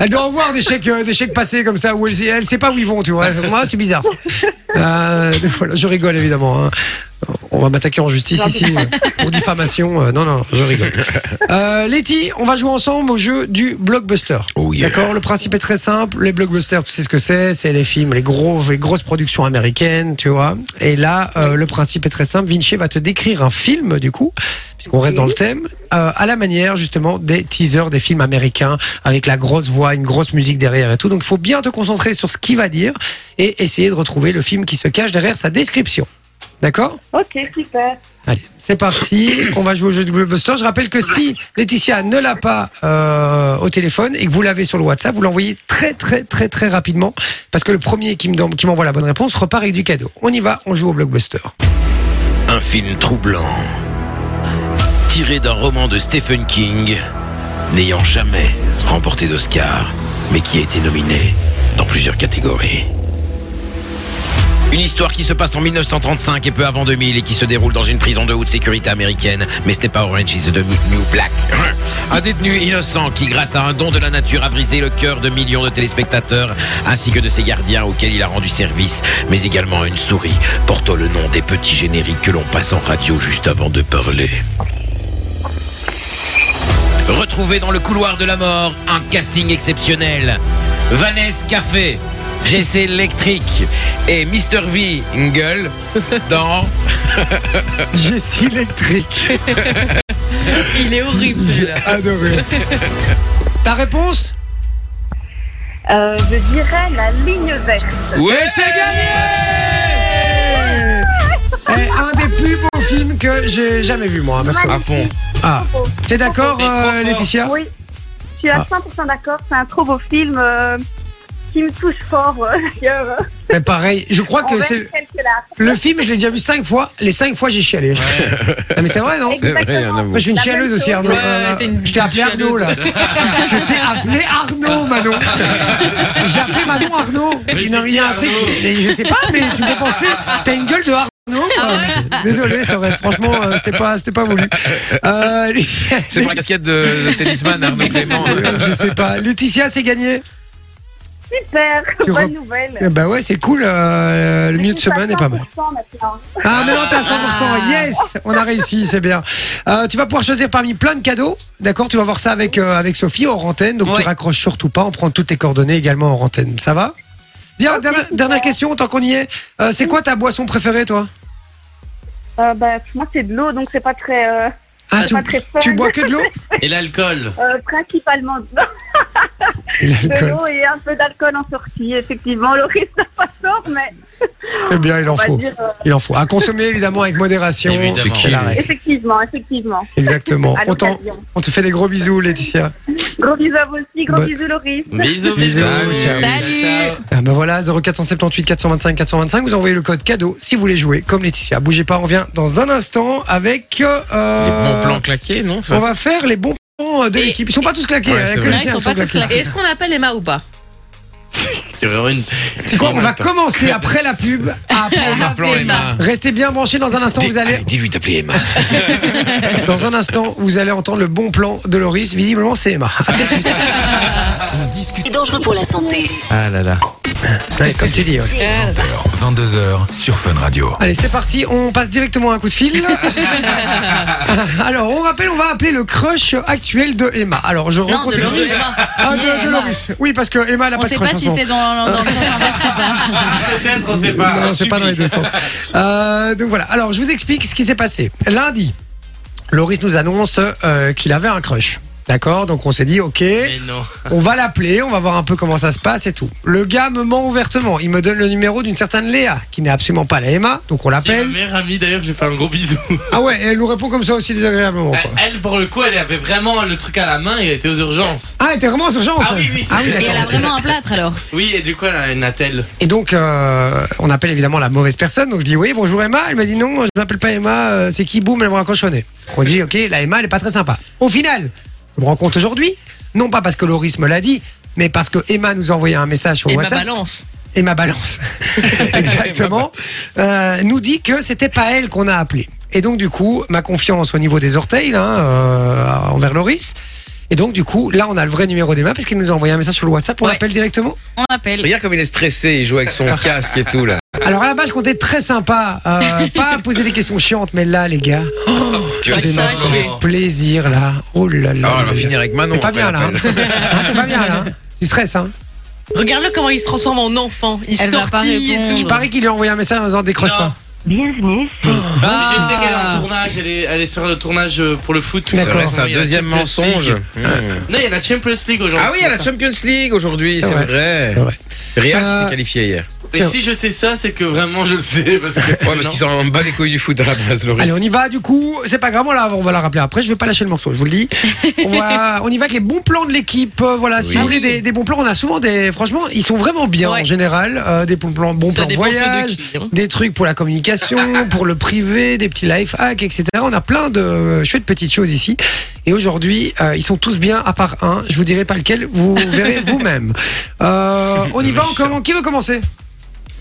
F: elle doit en voir des chèques, euh, des chèques passés comme ça, où elle, elle sait pas où ils vont, tu vois. Moi, Ah, c'est bizarre. ça. Euh, voilà, je rigole, évidemment. hein. On va m'attaquer en justice ici euh, pour diffamation. Euh, non, non, je rigole. Euh, Letty, on va jouer ensemble au jeu du blockbuster.
G: Oh yeah.
F: D'accord Le principe est très simple. Les blockbusters, tu sais ce que c'est. C'est les films, les, gros, les grosses productions américaines, tu vois. Et là, euh, le principe est très simple. Vinci va te décrire un film, du coup, puisqu'on reste dans le thème, euh, à la manière, justement, des teasers des films américains, avec la grosse voix, une grosse musique derrière et tout. Donc, il faut bien te concentrer sur ce qu'il va dire et essayer de retrouver le film qui se cache derrière sa description. D'accord
H: Ok, super.
F: Allez, c'est parti. On va jouer au jeu du Blockbuster. Je rappelle que si Laetitia ne l'a pas euh, au téléphone et que vous l'avez sur le WhatsApp, vous l'envoyez très très très très rapidement parce que le premier qui me donne- qui m'envoie la bonne réponse repart avec du cadeau. On y va, on joue au Blockbuster.
G: Un film troublant, tiré d'un roman de Stephen King, n'ayant jamais remporté d'Oscar, mais qui a été nominé dans plusieurs catégories. Une histoire qui se passe en 1935 et peu avant 2000 et qui se déroule dans une prison de haute sécurité américaine, mais ce n'est pas Orange is the New Black. Un détenu innocent qui, grâce à un don de la nature, a brisé le cœur de millions de téléspectateurs ainsi que de ses gardiens auxquels il a rendu service, mais également une souris portant le nom des petits génériques que l'on passe en radio juste avant de parler. Retrouvé dans le couloir de la mort, un casting exceptionnel. Vanessa Café, GC Electric et Mr. V Engel dans
F: Jessie électrique,
C: Il est horrible,
F: j'ai
C: celui-là.
F: adoré. Ta réponse
H: Euh, je dirais la ligne verte.
E: Ouais, c'est gagné
F: Eh, Un des plus beaux films que j'ai jamais vu moi, perso.
G: à fond.
F: Ah, t'es d'accord,
E: Il est trop
F: euh,
E: fort.
F: Laetitia
H: Ah. Oui, je
F: Ah.
H: suis à 100% d'accord. C'est un trop beau film euh, qui me touche fort. euh, d'ailleurs, euh,
F: Mais pareil, je crois que
H: envers
F: c'est
H: quelques larmes.
F: le film, je l'ai déjà vu cinq fois. Les cinq fois, j'ai chialé. Ah, mais c'est vrai, non
G: vrai, il y en a
H: Exactement.
F: Moi, je suis une
H: La
F: chialeuse
H: même
F: aussi,
H: chose.
F: Arnaud.
C: Ouais,
F: Euh,
C: t'es une
F: je t'ai appelé
C: chialeuse.
F: Arnaud, là. je t'ai appelé Arnaud, Manon. J'ai appelé Manon Arnaud.
E: Mais
F: Il y a-
E: c'est
F: il y a un
E: qui,
F: truc,
E: Arnaud
F: mais je sais pas, mais tu me fais penser, t'as une gueule de Arnaud.
C: Ah
F: quoi. Désolé, c'est vrai. Franchement, euh, c'était pas, c'était pas voulu. Euh,
G: C'est pour la casquette de, de tennisman Arnaud Clément.
F: je sais pas. Laetitia, c'est gagné.
H: Super,
F: Sur-
H: bonne nouvelle.
F: Eh Bah ouais, c'est cool. euh, le milieu de semaine est pas mal. Ah, mais non, t'es à 100%. Yes, on a réussi, c'est bien. Euh, tu vas pouvoir choisir parmi plein de cadeaux. D'accord, tu vas voir ça avec, euh, avec Sophie hors antenne. Donc tu
D: Ouais.
F: raccroches surtout pas. On prend toutes tes coordonnées également hors antenne. Ça va Dis, dernière, dernière question, tant qu'on y est. Euh, c'est quoi ta boisson préférée, toi
H: Euh, bah, moi, c'est de l'eau, donc c'est pas très, euh,
F: ah,
H: c'est
F: tu,
H: pas très fun.
F: tu bois que de l'eau
E: Et l'alcool
H: Euh, principalement de
F: Et l'alcool.
H: l'eau et un peu d'alcool en sortie. Effectivement, le risque n'a pas tort, mais
F: C'est bien, il en
H: on va
F: faut.
H: dire. euh,
F: Il en faut. À consommer évidemment avec modération.
E: Évidemment.
F: c'est
G: C'est
F: la règle.
H: effectivement, effectivement.
F: Exactement.
H: À
F: On, t'en-
H: l'occasion.
F: on te fait des gros bisous, Laetitia.
H: Gros bisous à vous aussi, gros
F: Bah-
H: bisous Loris.
E: Bisous,
F: Bisous,
E: bisous.
F: ciao.
D: Salut.
F: Ah ben voilà, 0478 425 425. Vous envoyez le code cadeau si vous voulez jouer, comme Laetitia. Bougez pas, on revient dans un instant avec. euh,
E: Mon plan claqué, non c'est
F: on
E: pas ça
F: va faire les bons plans de
C: Et-
F: l'équipe. Ils sont pas tous claqués.
E: Ouais,
F: hein,
E: c'est
F: que
E: vrai.
F: les
D: Ouais, ils
F: tiens
D: sont
F: sont
D: pas tous
F: claqués.
D: claqués.
C: Et est-ce qu'on appelle Emma ou pas
E: Tu veux avoir une-
F: C'est quoi, On va
E: Attends.
F: commencer après la pub.
D: Ah,
F: Après la-
E: Plan
C: Appelez
E: Emma.
F: Restez bien branchés dans un instant. Vous allez,
G: Allez, dis-lui d'appeler Emma.
F: dans un instant, vous allez entendre le bon plan de Loris. Visiblement, c'est Emma.
A: C'est dangereux pour la santé.
E: Ah là là.
F: Ouais, comme tu dis. ouais.
D: Euh.
B: 22h sur Fun Radio.
F: Allez, c'est parti, on passe directement à un coup de fil. Alors, on rappelle, on va appeler le crush actuel de Emma. Alors, je
D: Non, de
F: recontextualise.
D: Loris.
F: Ah, de, de Loris. Oui, parce que Emma, elle n'a
D: On
F: pas de
D: sait
F: crush
D: pas
F: en ce
D: si
F: moment.
D: c'est dans, dans le sens inverse ou pas.
E: Peut-être, on sait
F: Non,
E: pas.
F: non, c'est pas dans les deux sens. Euh, donc voilà. Alors, je vous explique ce qui s'est passé. Lundi, Loris nous annonce euh, qu'il avait un crush. D'accord Donc, on s'est dit, ok.
E: Mais non.
F: On va l'appeler, on va voir un peu comment ça se passe et tout. Le gars me ment ouvertement. Il me donne le numéro d'une certaine Léa, qui n'est absolument pas la Emma, donc on
E: J'ai ma
F: l'appelle.
E: meilleure amie d'ailleurs, je lui fais un gros bisou.
F: Ah ouais, et elle nous répond comme ça aussi désagréablement. Quoi.
E: Elle, pour le coup, elle avait vraiment le truc à la main et elle était aux urgences.
F: Ah, elle était vraiment sur genre
E: Ah oui, oui.
F: Ah oui,
D: Et elle
F: d'accord.
D: a vraiment un plâtre alors.
E: Oui, et du coup, elle a une attelle.
F: Et donc, euh, on appelle évidemment la mauvaise personne. Donc, je dis oui, bonjour Emma. Elle m'a dit non, je m'appelle pas Emma. euh, C'est qui Boum, elle me raccrochonnait. On dit ok, la Emma, elle est pas très sympa. Au final, je me rends compte aujourd'hui, non pas parce que Loris me l'a dit, mais parce que Emma nous a envoyé un message
E: Eh
F: sur
E: ben,
C: Emma
E: bah
D: bah,
F: WhatsApp.
C: balance.
F: et ma balance, exactement, euh, nous dit que c'était pas elle qu'on a appelée. Et donc du coup, ma confiance au niveau des orteils, là, euh, envers Loris. Et donc du coup, là, on a le vrai numéro d'Emma parce qu'il nous a envoyé un message sur le WhatsApp. On
D: Ouais.
F: l'appelle directement.
D: On appelle.
G: Regarde comme il est stressé, il joue avec son casque et tout là.
F: Alors à la base, je comptais être très sympa, euh, pas poser des questions chiantes, mais là, les gars,
G: Tu
D: Ah,
F: ça
G: vas-
F: démarre
C: ça,
F: avec plaisir là. Oh là là.
G: Oh, elle
F: là
G: va
F: là.
G: finir avec Manon.
F: T'es pas
G: après
F: bien là.
G: l'appel.
F: hein. Hein, T'es pas bien là. hein. Tu stresses hein.
C: Regarde-le comment il se transforme en enfant. Il se
D: Elle va pas
C: tortille et
D: répondre.
F: Je parie qu'il lui a envoyé un message en disant décroche
E: Non.
F: pas.
E: Je sais qu'elle est en
D: Ah.
E: tournage, elle est, elle est sur le tournage euh, pour le foot.
G: C'est vrai,
F: D'accord.
G: c'est un
E: Il y a la
G: deuxième
E: Champions
G: mensonge.
E: League.
G: Mmh.
E: Non, il y a la Champions League aujourd'hui.
G: Ah oui, à la Champions League aujourd'hui,
F: C'est
G: c'est
F: vrai.
G: vrai.
F: C'est vrai.
G: Real qui
F: Euh,
G: s'est qualifié hier.
E: Et si je sais ça, c'est que vraiment je le sais. Parce que,
G: Ouais, parce qu'ils sont en bas les couilles du foot à la base, Loris.
F: Allez, on y va du coup. C'est pas grave, on, la- on va la rappeler après. Je vais pas lâcher le morceau, je vous le dis. On, va- on y va avec les bons plans de l'équipe. Euh, Voilà, si
G: Oui.
F: vous voulez des, des bons plans, on a souvent des. Franchement, ils sont vraiment bien
C: Ouais.
F: en général. Euh, des bons plans, bons
C: Ça
F: plans
C: dépend de
F: voyage,
C: qui, hein.
F: des trucs pour la communication, pour le privé, des petits life hacks, etc. On a plein de euh, chouettes petites choses ici. Et aujourd'hui, euh, ils sont tous bien à part un. Je vous dirai pas lequel, vous verrez vous-même. Euh, on y va, on commence. Qui veut commencer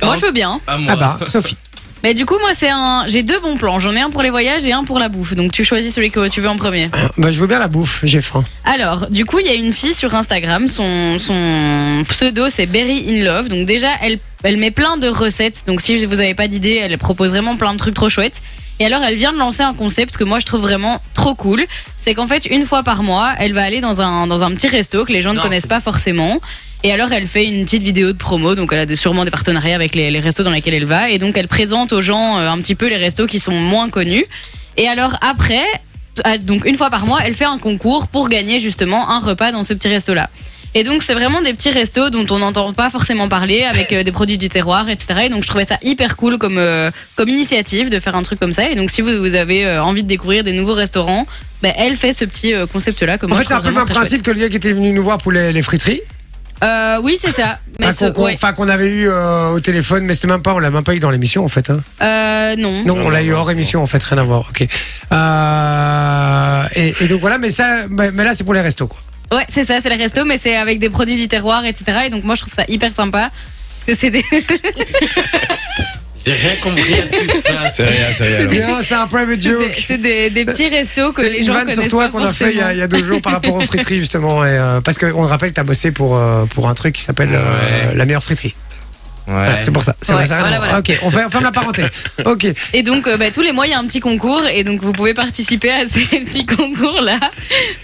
D: Moi je veux bien.
E: Ah, moi.
F: Ah bah, Sophie.
D: Mais du coup moi c'est un, j'ai deux bons plans. J'en ai un pour les voyages et un pour la bouffe. Donc tu choisis celui que tu veux en premier.
F: Bah, je veux bien la bouffe, j'ai faim.
D: Alors, du coup, il y a une fille sur Instagram, son, son pseudo c'est Berry in Love. Donc déjà, elle, elle met plein de recettes. Donc si vous n'avez pas d'idée, elle propose vraiment plein de trucs trop chouettes. Et alors, elle vient de lancer un concept que moi je trouve vraiment trop cool. C'est qu'en fait, une fois par mois, elle va aller dans un, dans un petit resto que les gens ne
E: Non,
D: connaissent
E: c'est-
D: pas forcément. Et alors, elle fait une petite vidéo de promo. Donc, elle a des- sûrement des partenariats avec les, les restos dans lesquels elle va. Et donc, elle présente aux gens euh, un petit peu les restos qui sont moins connus. Et alors, après, ah, donc une fois par mois, elle fait un concours pour gagner justement un repas dans ce petit resto-là. Et donc c'est vraiment des petits restos dont on n'entend pas forcément parler avec euh, des produits du terroir, etc. Et donc je trouvais ça hyper cool comme, euh, comme initiative de faire un truc comme ça. Et donc si vous, vous avez euh, envie de découvrir des nouveaux restaurants, ben elle fait ce petit euh, concept-là. que
F: En
D: moi,
F: fait,
D: je
F: c'est un peu
D: trouve
F: le même
D: vraiment très
F: principe que le gars qui était venu nous voir pour les, les friteries.
D: chouette. Euh, oui, c'est ça. Mais
F: Enfin,
D: ce-
F: qu'on qu'on-
D: ouais.
F: enfin, qu'on avait eu euh, au téléphone, mais c'était même pas, on l'a même pas eu dans l'émission en fait. hein.
D: Euh, non.
F: Non, on l'a eu hors émission en fait, rien à voir. Ok. Euh, et, et donc voilà, mais ça, mais, mais là c'est pour les restos quoi.
D: Ouais, c'est ça, c'est les restos, mais c'est avec des produits du terroir, etc. Et donc moi je trouve ça hyper sympa. Parce que c'est des...
E: J'ai rien compris à tout ça.
G: C'est rien, c'est rien.
F: Et, oh, c'est un private
D: C'est des,
F: joke.
D: c'est des- des petits restos que
F: C'est
D: les
F: une
D: gens
F: vanne
D: connaissent
F: sur toi
D: pas
F: qu'on a fait il y a, il y a deux jours par rapport aux friteries justement, et, euh, parce qu'on rappelle que t'as bossé pour euh, pour un truc qui s'appelle euh, la meilleure friterie. Voilà, c'est pour ça. C'est
D: Ouais,
F: vrai, ça a rien à
D: voilà,
F: voir. Ok, on, fait, on ferme la parenthèse. Ok.
D: Et donc, euh, bah, tous les mois, il y a un petit concours. Et donc, vous pouvez participer à ces petits concours-là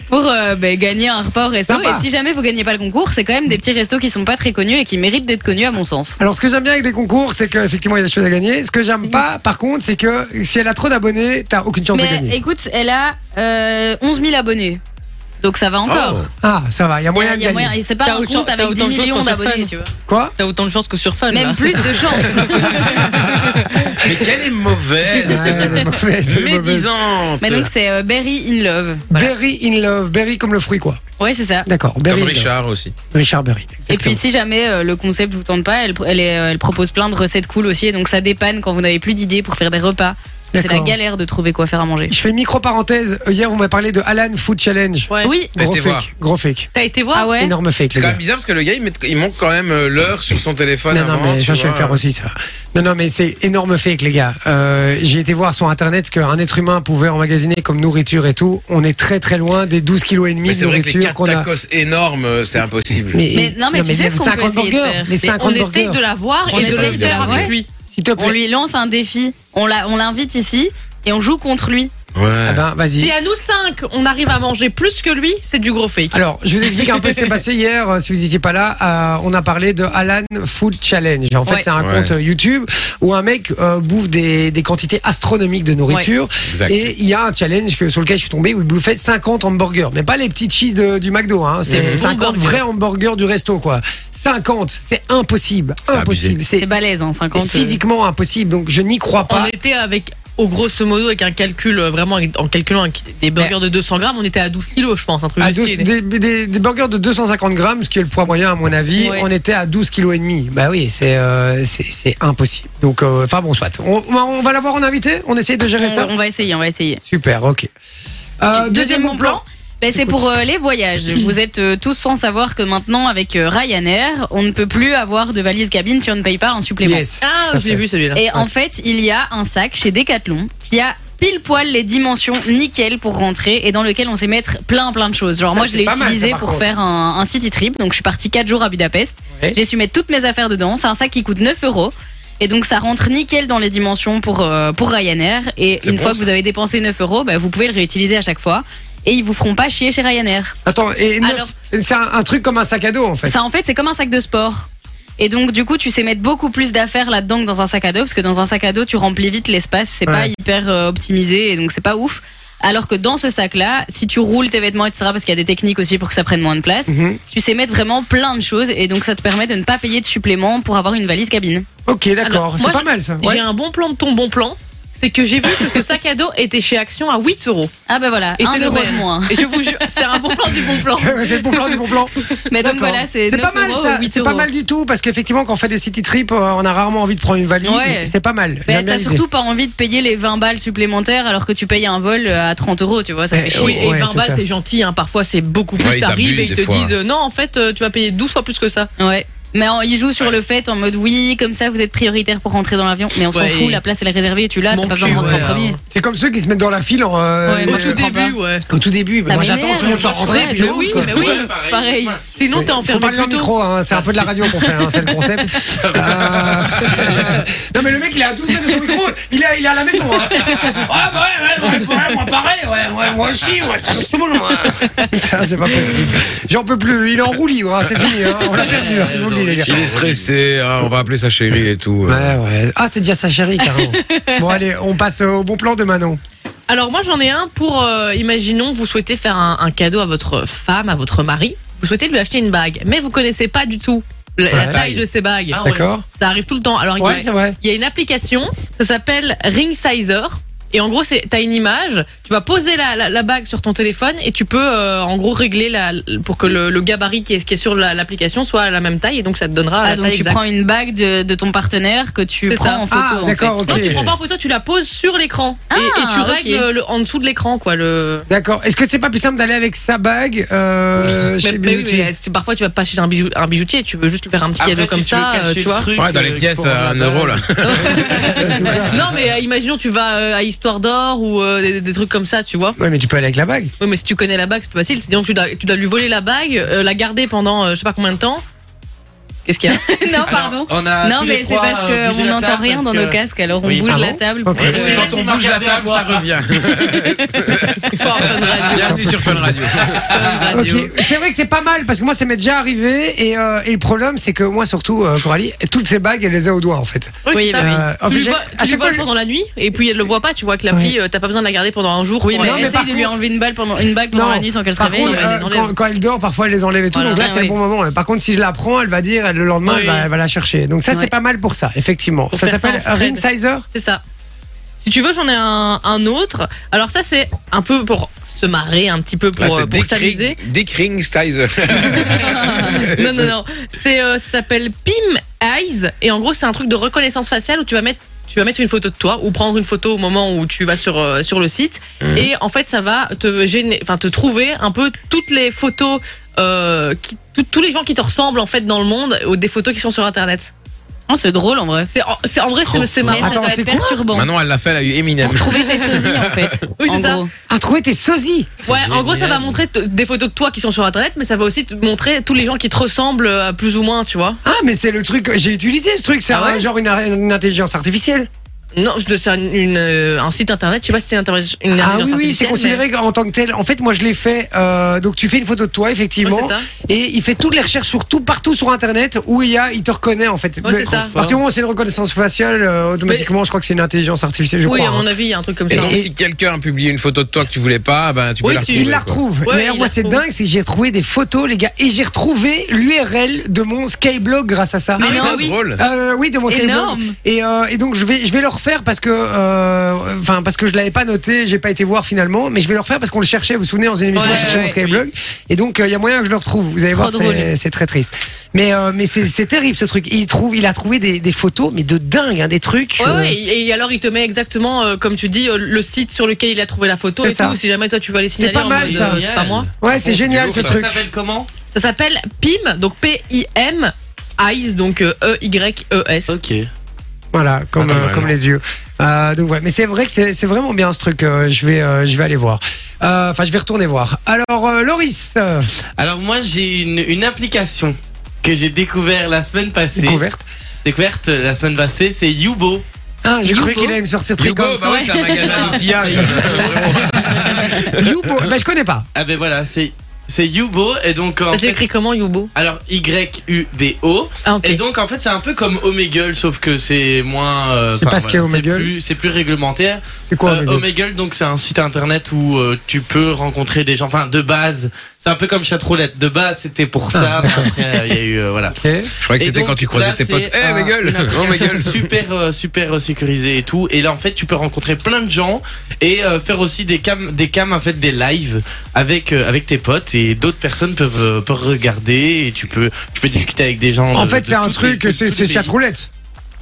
D: pour euh, bah, gagner un repas au resto.
F: Sympa.
D: Et si jamais vous gagnez pas le concours, c'est quand même des petits restos qui sont pas très connus et qui méritent d'être connus, à mon sens.
F: Alors, ce que j'aime bien avec les concours, c'est qu'effectivement, il y a des choses à gagner. Ce que j'aime pas, par contre, c'est que si elle a trop d'abonnés, t'as aucune chance de
D: Mhm. Mais eh,
F: gagner.
D: écoute, elle a euh, 11 000 abonnés. Donc ça va encore.
F: Ah, ça va, il y
D: Il
F: a
D: y
F: moyen
D: a- il y a
F: de gagner.
D: moyen- et C'est pas
C: T'as
D: un
C: autant-
D: compte
C: t'as
D: avec 10
C: autant de choses
D: millions
C: qu'on se
D: d'abonnés,
C: fun.
D: tu vois.
F: Quoi
C: T'as autant de chance que sur Fun. là.
D: Même plus de chance.
G: Mais quelle est mauvaise
F: Ouais, elle est mauvaise, elle est mauvaise.
G: Médisante
D: Mais donc c'est euh, Berry in Love. Voilà.
F: Berry in love, berry comme le fruit quoi.
D: Ouais, c'est ça.
F: D'accord, berry.
G: Comme
F: in love.
G: Richard aussi.
F: Richard Berry.
D: Et puis si jamais euh, le concept vous tente pas, elle, elle, est, euh, elle propose plein de recettes cool aussi, et donc ça dépanne quand vous n'avez plus d'idées pour faire des repas. Parce que C'est la
F: D'accord.
D: galère de trouver quoi faire à manger.
F: je fais une micro parenthèse. Hier, vous m'avez parlé de Alan Food Challenge.
C: Ouais.
D: Oui.
F: Gros
E: Mettez
F: fake,
E: voir.
F: gros fake,
C: T'as été voir
D: Ah ouais.
F: énorme fake.
G: C'est quand
F: le gars.
G: même bizarre parce que le gars, il, met- il manque quand même euh, l'heure sur son téléphone.
F: Non, non,
G: avant,
F: mais
G: tu
F: ça, je vais le
G: vois.
F: faire aussi, ça. Non, non, mais c'est énorme fake, les gars. Euh, J'ai été voir sur Internet ce qu'un être humain pouvait emmagasiner comme nourriture et tout. On est très, très loin des 12 kilos et demi
G: Mais
F: de
G: c'est vrai que les
F: nourriture
G: 4
F: qu'on a.
G: tacos énormes, euh, c'est impossible.
D: Mais non, mais tu sais
F: les
D: ce qu'on peut
F: 50
D: essayer de
F: burgers,
D: faire.
F: Les
C: Mais On
F: 50
C: essaye de
F: burgers.
C: la voir
D: On
C: et de
D: essaye
C: le
D: de la
C: faire
D: voir.
C: avec lui.
F: S'il te
D: On
F: plaît.
D: lui lance un défi. On la- on l'invite ici et on joue contre lui.
G: Ouais.
F: Ah ben, vas-y.
C: Si à nous cinq, on arrive à manger plus que lui, c'est du gros fake.
F: Alors, je vous explique un peu ce qui s'est passé hier, euh, si vous n'étiez pas là. Euh, on a parlé de Alan Food Challenge. En fait,
D: Ouais.
F: c'est un
G: Ouais.
F: compte euh, YouTube où un mec euh, bouffe des, des quantités astronomiques de nourriture.
G: Exact.
F: Et il y a un challenge que, sur lequel je suis tombé où il bouffait 50 hamburgers. Mais pas les petits cheese de- du McDo, hein.
C: Des
F: C'est
C: bons
F: 50
C: burgers.
F: vrais hamburgers du resto, quoi. 50, c'est impossible.
G: C'est
F: Impossible. C'est
D: C'est balèze, hein,
F: c'est
D: 50. euh.
F: physiquement impossible. Donc, je n'y crois
C: On
F: pas.
C: était avec, au grosso modo, avec un calcul, euh, vraiment, avec- en calculant avec des burgers de 200 grammes, on était à 12 kilos, je pense, un truc
F: À
C: du
F: douze-
C: style.
F: des, des- des burgers de 250 grammes, ce qui est le poids moyen à mon avis,
D: Ouais.
F: on était à 12 kg et demi. Bah oui, c'est euh, c'est- c'est impossible. Donc, euh, enfin bon, soit. On, on va- on va l'avoir en invité. On essaye de gérer ça.
D: euh, On, on va essayer, on va essayer.
F: Super, ok. Euh,
D: Deuxième bon plan. Ben, c'est
F: Écoute.
D: pour euh, les voyages. Vous êtes euh, tous sans savoir que maintenant, avec euh, Ryanair, on ne peut plus avoir de valise cabine si on ne paye pas un supplément.
F: Yes.
C: Ah,
F: Tout à
C: je l'ai
F: fait.
C: vu celui-là.
D: Et en fait, il y a un sac chez Decathlon qui a pile poil les dimensions nickel pour rentrer et dans lequel on sait mettre plein plein de choses. Genre
F: Ça,
D: moi je
F: c'est
D: l'ai
F: pas mal,
D: utilisé
F: ça, par
D: pour
F: contre.
D: faire un, un city trip, donc je suis partie 4 jours à Budapest.
F: Ouais.
D: J'ai su mettre toutes mes affaires dedans. C'est un sac qui coûte 9 euros. Et donc ça rentre nickel dans les dimensions pour, euh, pour Ryanair. Et
G: C'est
D: une
G: bon,
D: fois
G: ça.
D: que vous avez dépensé 9 euros, bah, vous pouvez le réutiliser à chaque fois. Et ils vous feront pas chier chez Ryanair.
F: Attends, et neuf-
D: Alors-
F: c'est un, un truc comme un sac à dos en fait.
D: Ça en fait c'est comme un sac de sport. Et donc du coup tu sais mettre beaucoup plus d'affaires là-dedans que dans un sac à dos parce que dans un sac à dos tu remplis vite l'espace, c'est pas
F: Ouais.
D: hyper euh, optimisé et donc c'est pas ouf. Alors que dans ce sac-là, si tu roules tes vêtements, etc., parce qu'il y a des techniques aussi pour que ça prenne moins de place,
F: Mhm.
D: tu sais mettre vraiment plein de choses et donc ça te permet de ne pas payer de supplément pour avoir une valise cabine.
F: Ok, d'accord.
C: Alors,
F: C'est
C: moi,
F: pas
C: je-
F: mal ça.
C: J'ai
F: Ouais.
C: un bon plan de ton bon plan. C'est que j'ai vu que ce sac à dos était chez Action à 8 euros.
D: Ah bah voilà,
C: Et
D: un
C: c'est le
D: euro
C: rêve.
D: de moins.
C: Et je vous jure, c'est un bon plan du bon plan.
F: c'est le bon plan, c'est le bon plan.
D: Mais donc
F: D'accord.
D: voilà, c'est 9
F: pas mal
D: euros
F: ça.
D: ou 8
F: C'est pas
D: euros.
F: mal du tout parce qu'effectivement, quand on fait des city trips, euh, on a rarement envie de prendre une valise.
D: Ouais.
F: C'est pas mal.
D: Mais
F: J'aime bien
D: t'as
F: l'idée.
D: surtout pas envie de payer les 20 balles supplémentaires alors que tu payes un vol euh, à 30 euros, tu vois, ça
F: Eh,
D: fait
C: Oui,
D: chier.
C: et
F: Ouais,
C: 20
F: c'est
C: balles,
F: ça.
C: t'es gentil, hein, parfois c'est beaucoup plus.
G: Ouais, ils
C: T'arrives et
G: abusent
C: ils te
G: des fois.
C: disent euh, non, en fait, euh, tu vas payer 12 fois plus que ça.
D: Ouais. Mais en- il joue sur le fait en mode oui, comme ça vous êtes prioritaire pour rentrer dans l'avion. Mais on s'en
C: Ouais,
D: fout,
C: et-
D: la place elle est réservée et tu l'as, t'as
C: Mon
D: pas besoin de
C: cul,
D: rentrer en
C: ouais,
D: premier.
C: hein.
F: C'est comme ceux qui se mettent dans la file en. euh,
D: Ouais,
C: Au
D: moi,
F: euh,
D: je
C: tout
D: comprends
C: début, ouais.
F: Au tout début,
D: Ça
F: moi j'attends
D: m'énerve,
F: tout le monde soit rentré.
D: ouais,
F: puis
D: de
F: je
D: ouf,
C: oui,
F: rentre,
C: mais
F: quoi.
C: oui,
D: pareil.
C: Sinon, t'es
F: Faut
C: enfermé
F: parler dans
C: plus
F: le
C: tôt.
F: micro, hein, c'est un peu de la radio qu'on fait, hein, c'est le concept. Euh, non mais le mec il est à 12 mètres de son micro, il est, à- il est à la maison. Hein. Ouais, bah ouais, ouais, ouais, ouais, moi pareil, ouais, ouais, moi aussi, ouais, c'est tout bon. hein. Putain, c'est pas possible. J'en peux plus, il est en roue libre, hein, c'est fini, hein, on l'a perdu, hein, je vous le dis les gars.
G: Il est stressé, ah, on va appeler sa chérie et tout. euh.
F: Ouais, ouais. Ah, c'est déjà sa chérie, carrément. Bon, allez, on passe au bon plan de Manon.
C: Alors moi j'en ai un pour, euh, imaginons, vous souhaitez faire un, un cadeau à votre femme, à votre mari, vous souhaitez lui acheter une bague, mais vous connaissez pas du tout la, la
F: Ouais.
C: taille de ces bagues.
F: D'accord
C: Ça arrive tout le temps. Alors il y a-
F: Ouais, c'est vrai.
C: il y, a une application, ça s'appelle Ring Sizer. Et en gros, c'est- t'as une image, tu vas poser la, la- la bague sur ton téléphone et tu peux euh, en gros régler la, pour que le, le gabarit qui est, qui est sur la- l'application soit à la même taille et donc ça te donnera
D: Ah,
C: la
D: donc
C: taille
D: tu
C: exacte.
D: prends une bague de, de ton partenaire que tu
C: C'est
D: prends
C: ça.
D: en photo.
F: Ah,
D: en
F: d'accord,
D: fait.
F: ok.
C: Non, tu prends pas en photo, tu la poses sur l'écran Et- et, tu
D: Ah,
C: règles
D: ok.
C: le, en dessous de l'écran quoi. Le...
F: D'accord. Est-ce que c'est pas plus simple d'aller avec sa bague euh,
C: Mais,
F: chez
C: mais oui,
F: Beauty
C: mais c'est- parfois tu vas pas chez un, bijou- un bijoutier, tu veux juste lui faire un petit cadeau comme ça, euh, tu vois.
G: Ouais, dans les pièces
E: euh,
G: à 1 euro là.
C: non, mais euh, imaginons tu vas euh, à Histoire d'Or ou euh, des, des trucs comme ça, tu vois.
F: Ouais, mais tu peux aller avec la bague.
C: Oui, mais si tu connais la bague, c'est plus facile. C'est donc tu dois, tu dois lui voler la bague, euh, la garder pendant euh, je sais pas combien de temps. Qu'est-ce qu'il y a
D: non,
E: Alors,
D: pardon.
E: On a
D: non,
E: tous les
D: mais c'est
E: trois,
D: parce
E: euh, bougé
D: qu'on
E: la
D: n'entend
E: table
D: rien
E: parce
D: dans
E: que-
D: nos casques, alors on
E: Oui.
D: bouge
F: Ah
D: la
F: bon
D: table.
F: Ok.
D: pour-
E: Ouais, C'est quand on bouge la table, ça revient. Bienvenue sur Fun Radio.
F: Ok, c'est vrai que c'est pas mal parce que moi ça m'est déjà arrivé et, euh, et le problème c'est que moi surtout euh, Coralie toutes ces bagues elle les a au doigt en fait.
C: Oui,
D: Oui,
C: c'est ça,
F: bah
C: oui.
F: oui. En
C: tu
F: fait,
C: lui
F: j'ai-
C: vois,
F: à
C: tu
F: chaque
C: lui vois
F: fois,
C: le jour dans la nuit et puis elle le voit pas. Tu vois que l'appli, euh, t'as pas besoin de la garder pendant un jour.
D: Oui,
C: pour
D: mais
C: la-
F: mais
D: essaye
F: par
D: de lui
F: contre-
D: enlever une balle pendant, une bague pendant la nuit sans qu'elle se
F: par
D: réveille.
F: contre,
C: non,
F: euh,
C: mais elle les Ah enlève.
F: quand, quand elle dort, parfois elle les enlève et tout.
D: Voilà,
F: donc là,
D: ouais,
F: c'est le
D: ouais.
F: bon moment. Par contre, si je la prends, elle va dire elle- le lendemain, elle, va,
C: Oui.
F: elle va la chercher. Donc ça, c'est
D: Ouais.
F: pas mal pour ça, effectivement.
C: Pour
F: ça
C: faire ça,
F: s'appelle
C: on se
F: ring
C: traîne.
F: sizer.
C: C'est ça. Si tu veux, j'en ai un, un autre. Alors ça, c'est un peu pour se marrer, un petit peu pour,
I: Ah, c'est
C: euh, pour
I: Dick
C: s'amuser.
I: Ring- Dick Ring Sizer.
C: non, non, non. C'est, euh, ça s'appelle Pim Eyes. Et en gros, c'est un truc de reconnaissance faciale où tu vas mettre, tu vas mettre une photo de toi ou prendre une photo au moment où tu vas sur, euh, sur le site.
I: Mhm.
C: Et en fait, ça va te, gêner, enfin, te trouver un peu toutes les photos, euh, qui, tout- tous les gens qui te ressemblent en fait dans le monde, ou des photos qui sont sur Internet.
D: Oh, c'est drôle en vrai.
C: C'est, en- c'est, en vrai, c'est, c'est
D: Mais
C: marrant.
D: ça doit
F: c'est
D: être
F: quoi
D: perturbant.
I: Manon, elle l'a fait, elle a eu Eminem.
D: Pour trouver tes sosies en fait.
C: Oui,
D: en
C: c'est ça.
D: gros.
F: Ah, trouver tes sosies.
C: Ouais, en gros, ça va montrer t- des photos de toi qui sont sur Internet, mais ça va aussi te montrer tous les gens qui te ressemblent euh, plus ou moins, tu vois.
F: Ah, mais c'est le truc. J'ai utilisé ce truc. C'est
C: Ah
F: un-
C: ouais
F: genre une, ar- une intelligence artificielle.
C: Non, je c'est un, une, euh, un site internet, je sais pas si c'est une, interv- une
F: Ah oui,
C: intelligence
F: oui, c'est
C: artificielle, mais-
F: considéré en tant que tel. En fait, moi, je l'ai fait. euh, donc, tu fais une photo de toi, effectivement.
C: Ouais, c'est ça.
F: Et il fait toutes les recherches sur tout, partout sur Internet où il y a, il te reconnaît en fait.
C: Ouais,
F: Mais
C: c'est ça.
F: À partir du moment où c'est une reconnaissance faciale, euh, automatiquement, je crois que c'est une intelligence artificielle, je
C: oui,
F: crois.
C: à
F: hein.
C: mon avis, il y a un truc comme
I: Et
C: ça.
I: donc, si quelqu'un a publié une photo de toi que tu voulais pas, ben, tu peux
C: Oui,
I: la
C: tu-
I: retrouver.
F: Il la
I: quoi.
F: retrouve.
C: Ouais,
F: D'ailleurs,
C: il
F: moi,
C: la
F: c'est
C: retrouve.
F: dingue, c'est que j'ai retrouvé des photos, les gars, et j'ai retrouvé l'URL de mon Skyblog grâce à ça.
C: Mais
I: Ah,
C: non,
I: bah,
C: oui.
I: drôle.
F: Euh, oui, de mon Skyblog.
D: Énorme.
F: Et, euh, et donc je vais je vais le refaire parce que euh, enfin parce que je l'avais pas noté, j'ai pas été voir finalement, mais je vais le refaire parce qu'on le cherchait. Vous vous souvenez dans une émission,
D: Ouais,
F: on cherchait mon
D: ouais,
F: Skyblog. Et donc euh, il y a moyen que je le retrouve. Vous allez
D: Trop
F: voir, c'est
D: drôle.
F: c'est très triste. Mais euh, mais c'est c'est terrible ce truc. Il trouve, il a trouvé des, des photos, mais de dingue, hein, des trucs.
C: Ouais,
F: euh,
C: ouais, et, et alors il te met exactement, euh, comme tu dis, euh, le site sur lequel il a trouvé la photo
F: C'est
C: et
F: ça.
C: tout. Si jamais toi tu veux aller signaler,
F: pas
C: en
F: mal,
C: mode,
F: ça.
C: euh, c'est pas moi.
F: ouais, c'est génial ce
E: Ça
F: truc.
E: s'appelle comment
C: Ça s'appelle PIM, donc P-I-M, Eyes, donc euh, E-Y-E-S.
E: Ok.
F: Voilà, comme
I: Attends,
F: euh,
I: ouais.
F: comme les yeux. Euh, donc ouais, mais c'est vrai que c'est c'est vraiment bien ce truc. euh, je vais euh, je vais aller voir. Euh, Enfin, je vais retourner voir. Alors euh, Loris, euh,
E: Alors moi j'ai une, une application que j'ai découvert la semaine passée.
F: découverte.
E: Découverte euh, la semaine passée, c'est Youbo.
F: Ah, j'ai cru
C: Youpo.
F: qu'il allait me sortir
I: Hugo,
F: Tricot.
I: bah ouais, c'est un magasin hein, d'outillage.
F: Youpo, bah je connais pas.
E: Ah ben voilà, c'est c'est Youbo et donc en
C: Ça
E: fait,
C: s'écrit comment, Youbo
E: alors Y U B O
C: Ah, ok.
E: et donc en fait c'est un peu comme Omegle sauf que c'est moins euh,
F: C'est
E: enfin,
F: pas ce qu'est
E: voilà,
F: Omegle.
E: plus- c'est plus réglementaire.
F: C'est quoi
E: Euh,
F: Omegle
E: Omegle, donc c'est un site internet où euh, tu peux rencontrer des gens. Enfin, de base, c'est un peu comme chatroulette. De base, c'était pour ça.
F: Ah.
E: mais après, euh, il y a eu euh, voilà.
F: Ok.
I: Je croyais que
E: Et
I: c'était
E: donc,
I: quand tu croisais
E: là,
I: tes potes.
E: c'est,
I: Eh,
E: euh,
I: ma gueule!
E: une application
I: Oh, ma gueule!
E: Super, euh, super euh, sécurisée et tout. Et là, en fait, tu peux rencontrer plein de gens et euh, faire aussi des cams, des cams, en fait, des lives avec, euh, avec tes potes et d'autres personnes peuvent, euh, peuvent regarder et tu peux, tu peux discuter avec des gens.
F: En
E: de-
F: fait,
E: de
F: c'est un
E: toutes
F: truc,
E: les- de
F: c'est
E: tous
F: c'est
E: les pays.
F: chatroulette.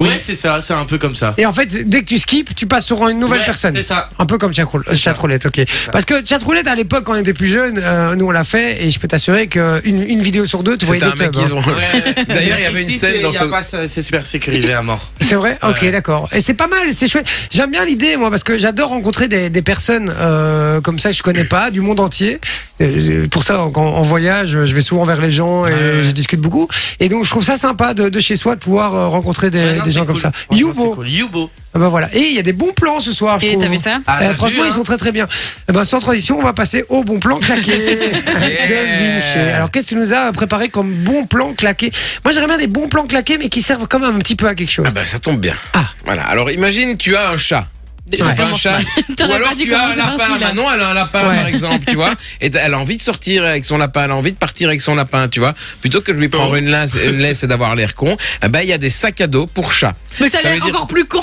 E: Ouais, c'est ça, c'est un peu comme ça.
F: Et en fait, dès que tu skips, tu passes sur une nouvelle
E: Ouais,
F: personne.
E: C'est ça.
F: Un peu comme chatroul- euh,
E: ça.
F: chatroulette, ok. Parce que chatroulette, à l'époque, quand on était plus jeune, euh, nous on l'a fait, et je peux t'assurer qu'une une vidéo sur deux, tu voyais
I: C'était
F: des
I: un mec
F: tubs.
I: qui se
F: hein.
I: branlait. D'ailleurs, il y avait une
E: Ici,
I: scène
E: c'est-
I: dans
E: y a
I: ce-
E: pas ça, C'est super sécurisé à mort.
F: C'est vrai Ok,
E: Ouais.
F: d'accord. Et c'est pas mal, c'est chouette. J'aime bien l'idée, moi, parce que j'adore rencontrer des, des personnes euh, comme ça que je connais pas, du monde entier. Euh, Pour ça, en, en voyage, je vais souvent vers les gens et je discute beaucoup. Et donc, je trouve ça sympa de, de chez soi de pouvoir euh, rencontrer des,
E: Ouais, non,
F: des
E: c'est
F: gens comme
E: cool.
F: ça.
E: Franchement,
F: Youbo,
E: c'est cool. Youbo.
F: Ah bah voilà. Et il y a des bons plans ce soir, je
D: Et
F: trouve.
D: t'as vu ça
E: Ah,
F: Eh,
E: t'as
F: franchement,
E: vu,
F: ils
E: hein
F: sont très très bien. Eh ben, sans transition, on va passer au bon plan claqué de Vinci. Alors, qu'est-ce que tu nous as préparé comme bon plan claqué Moi, j'aimerais bien des bons plans claqués, mais qui servent quand même un petit peu à quelque chose.
I: Ah bah ça tombe bien.
F: Ah.
I: Voilà. Alors imagine tu as un chat.
D: ça
I: T'as un
D: commence
I: chat.
D: mal.
I: Ou
D: T'aurais
I: alors
D: pas dû
I: tu as un
D: commencer par
I: lapin.
D: celui-là.
I: Manon elle a un lapin
F: Ouais.
I: par exemple, tu vois. Et t'as- elle a envie de sortir avec son lapin, elle a envie de partir avec son lapin, tu vois. Plutôt que de lui
D: Oh.
I: prendre une, laisse- une laisse et d'avoir l'air con, eh ben il y a des sacs à dos pour chat.
C: Mais t'as
I: ça
C: l'air
I: veut dire-
C: encore plus con.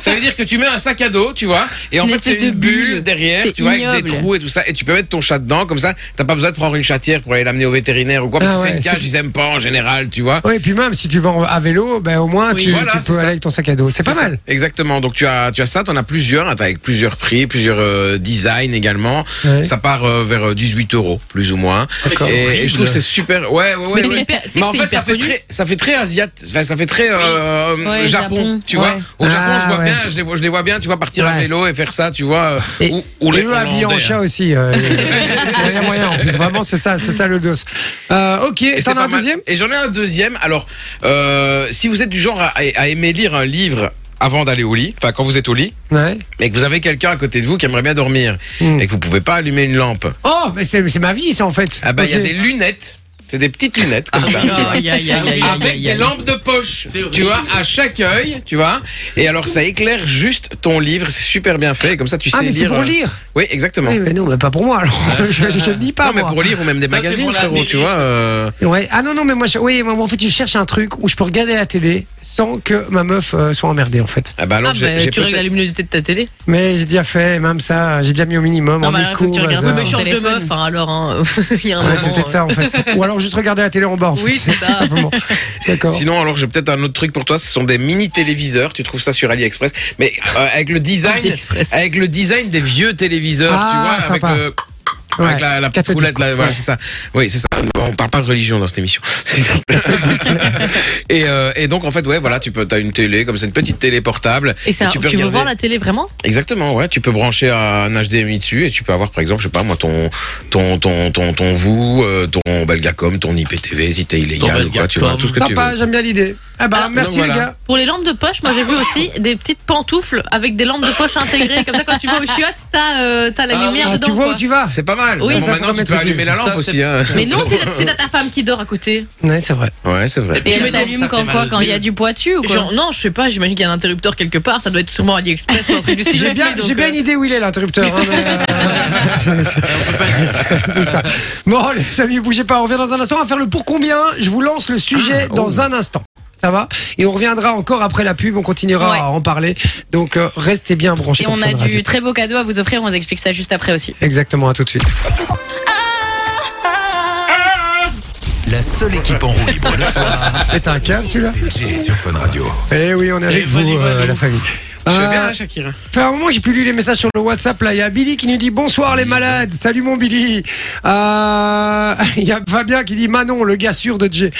I: Ça veut dire que tu mets un sac à dos, tu vois, et en
D: Une
I: fait
D: espèce
I: c'est une
D: de
I: bulle,
D: bulle.
I: derrière,
D: C'est
I: tu vois, avec des
D: ignoble.
I: trous et tout ça, et tu peux mettre ton chat dedans, comme ça, t'as pas besoin de prendre une chatière pour aller l'amener au vétérinaire ou quoi, parce
F: Ah
I: que c'est
F: ouais,
I: une cage, ils aiment pas en général, tu vois.
F: Oui, et puis même si tu vas en- à vélo, ben, au moins
I: Oui,
F: tu,
I: voilà,
F: tu
I: c'est
F: peux
I: ça.
F: aller avec ton sac à dos. C'est pas
I: ça.
F: mal.
I: Exactement. Donc tu as tu as ça, t'en as
G: plusieurs, hein, avec plusieurs prix, plusieurs euh, designs également.
F: Ouais.
G: Ça part euh, vers euh, 18 euros, plus ou moins.
C: Ah,
F: D'accord.
G: Et, et je trouve que c'est super. Ouais, ouais, ouais.
C: Mais c'est
G: ouais.
C: hyper- tu sais
G: Mais
C: que
G: en
C: c'est
G: fait,
C: hyper
G: ça fait,
C: connu.
G: très, ça fait très asiat, enfin, ça fait très euh,
D: Ouais,
G: Japon,
D: Japon,
G: tu
D: ouais.
G: vois. Au Japon,
F: Ah,
G: je vois
F: ouais.
G: bien, je les vois, je les vois bien, tu vois, partir à
F: Ouais.
G: vélo et faire ça, tu vois. euh,
F: Et-
G: ou, ou
F: Et
G: les
F: eux habillés en
G: Hollandais,
F: chat
G: hein.
F: aussi. euh, Il y a moyen en plus. Vraiment, c'est ça, c'est ça le dos. Euh, ok,
G: Et c'est
F: t'en as
G: pas
F: un
G: mal.
F: deuxième
G: Et j'en ai un deuxième. Alors, euh, si vous êtes du genre à, à aimer lire un livre avant d'aller au lit, enfin quand vous êtes au lit,
F: Ouais.
G: et que vous avez quelqu'un à côté de vous qui aimerait bien dormir,
F: Hmm.
G: et que vous pouvez pas allumer une lampe,
F: Oh, mais c'est c'est ma vie, ça en fait.
G: ah bah il
F: Ok. Ah
G: y a des lunettes. C'est des petites lunettes comme ça.
D: Aïe, aïe, aïe, aïe, aïe, aïe,
G: Avec
D: aïe.
G: des lampes de poche,
E: C'est vrai.
G: tu vois, à chaque œil, tu vois. Et alors ça éclaire juste ton livre, c'est super bien fait. Comme ça tu sais
F: Ah, mais c'est
G: lire.
F: pour
G: euh,
F: lire.
G: Oui, exactement.
F: Oui, mais non, mais pas pour moi alors. je, je te le dis pas
G: non mais
F: moi.
G: pour lire ou même des
E: Ça, c'est
G: magazines,
E: pour la
G: frérot,
E: télé.
G: tu vois. euh,
F: Ouais. Ah non non mais moi je- oui moi en fait je cherche un truc où je peux regarder la télé sans que ma meuf euh, soit emmerdée en fait.
G: Ah bah alors
C: Ah,
G: j'ai-
C: bah,
G: j'ai
C: tu règles la
G: peut-être-
C: luminosité de ta télé. hein,
F: Mais j'ai déjà fait même ça j'ai déjà mis au minimum
D: Non,
F: en
D: mais alors, il faut
F: écho.
D: que tu
F: au
D: regardes
F: hasard.
C: Oui, mais
D: je
C: change de
D: téléphone.
C: meuf, hein, alors, hein, il y a un
F: Ouais, c'est
C: moment.
F: peut-être ça en fait. hein. Ou alors juste regarder la télé en bas en fait.
C: Oui, c'est ça.
F: simplement. D'accord.
G: Sinon, alors j'ai peut-être un autre truc pour toi. Ce sont des mini téléviseurs. Tu trouves ça sur AliExpress, mais euh, avec le
C: Design
G: design,
C: Express.
G: avec le design des vieux téléviseurs,
F: Ah,
G: tu vois,
F: sympa.
G: avec le
F: Ouais.
G: avec la, la petite
F: Cathodique,
G: roulette, là, voilà, c'est ça. Oui, c'est ça. Bon, on parle pas de religion dans cette émission. C'est complètement- et, euh, et donc, en fait, ouais, voilà, tu peux, t'as une télé, comme c'est une petite télé portable.
C: Et ça, tu,
G: peux
C: veux
G: regarder-
C: voir la télé vraiment
G: Exactement, ouais. Tu peux brancher un HDMI dessus et tu peux avoir, par exemple, je sais pas, moi, ton, ton, ton, ton, ton vous, euh, ton Belgacom, ton IPTV, si t'es illégal ou quoi, tu vois,
E: Belgacom.
G: tout ce que tu veux.
F: Sympa j'aime bien l'idée. Ah bah
G: Alors,
F: merci
G: donc,
F: les
G: voilà.
F: gars.
C: Pour les lampes de poche, moi j'ai vu aussi des petites pantoufles avec des lampes de poche intégrées. Comme ça, quand tu vas au chiottes, t'as euh, t'as la
E: Ah,
C: lumière
F: Ah,
C: dedans.
F: tu vois
C: quoi.
F: où tu vas.
G: C'est pas mal.
C: Oui,
G: Bon,
F: ça
G: maintenant, tu
F: pourrait
G: peux
F: mettre
G: allumer
F: utile.
G: la lampe
E: Ça,
G: aussi.
E: c'est-
G: Hein.
C: Mais non, c'est t'as- c'est t'as ta femme qui dort à côté.
F: Ouais c'est vrai.
G: Ouais, c'est vrai.
D: Et
C: Tu
D: elle
C: mets
D: s'allume
E: donc, ça
D: quand
E: fait
D: quoi
E: mal.
D: Quand il y a du poids dessus ou quoi
C: Genre, non, je sais pas, j'imagine qu'il y a un interrupteur quelque part, ça doit être sûrement AliExpress ou un truc du style.
F: J'ai bien,
C: donc,
F: j'ai bien
C: euh,
F: une idée où il est l'interrupteur. hein, mais, euh, c'est- c'est- c'est ça. Bon, les amis, bougez pas. On revient dans un instant. On va faire le pour combien. Je vous lance le sujet dans un instant. Ça va Et on reviendra encore après la pub. On continuera
D: Ouais.
F: à en parler. Donc, euh, restez bien
D: Et
F: branchés. sur
D: on a
F: Fun Radio.
D: du très beau cadeau à vous offrir, on vous explique ça juste après aussi.
F: Exactement, à tout de suite.
I: La seule équipe en roue libre le soir,
F: C'est un câble, celui-là
I: c'est Jay sur Fun Radio.
F: Eh oui, on est avec vous,
E: Bonnie
F: euh,
E: Malou.
F: la famille.
G: Je vais
F: Euh,
G: bien, hein, Shakira.
F: Fait un moment que j'ai plus lu les messages sur le WhatsApp là. Il y a Billy qui nous dit bonsoir les malades. Salut mon Billy. Euh, Il y a Fabien qui dit Manon, le gars sûr de Jay.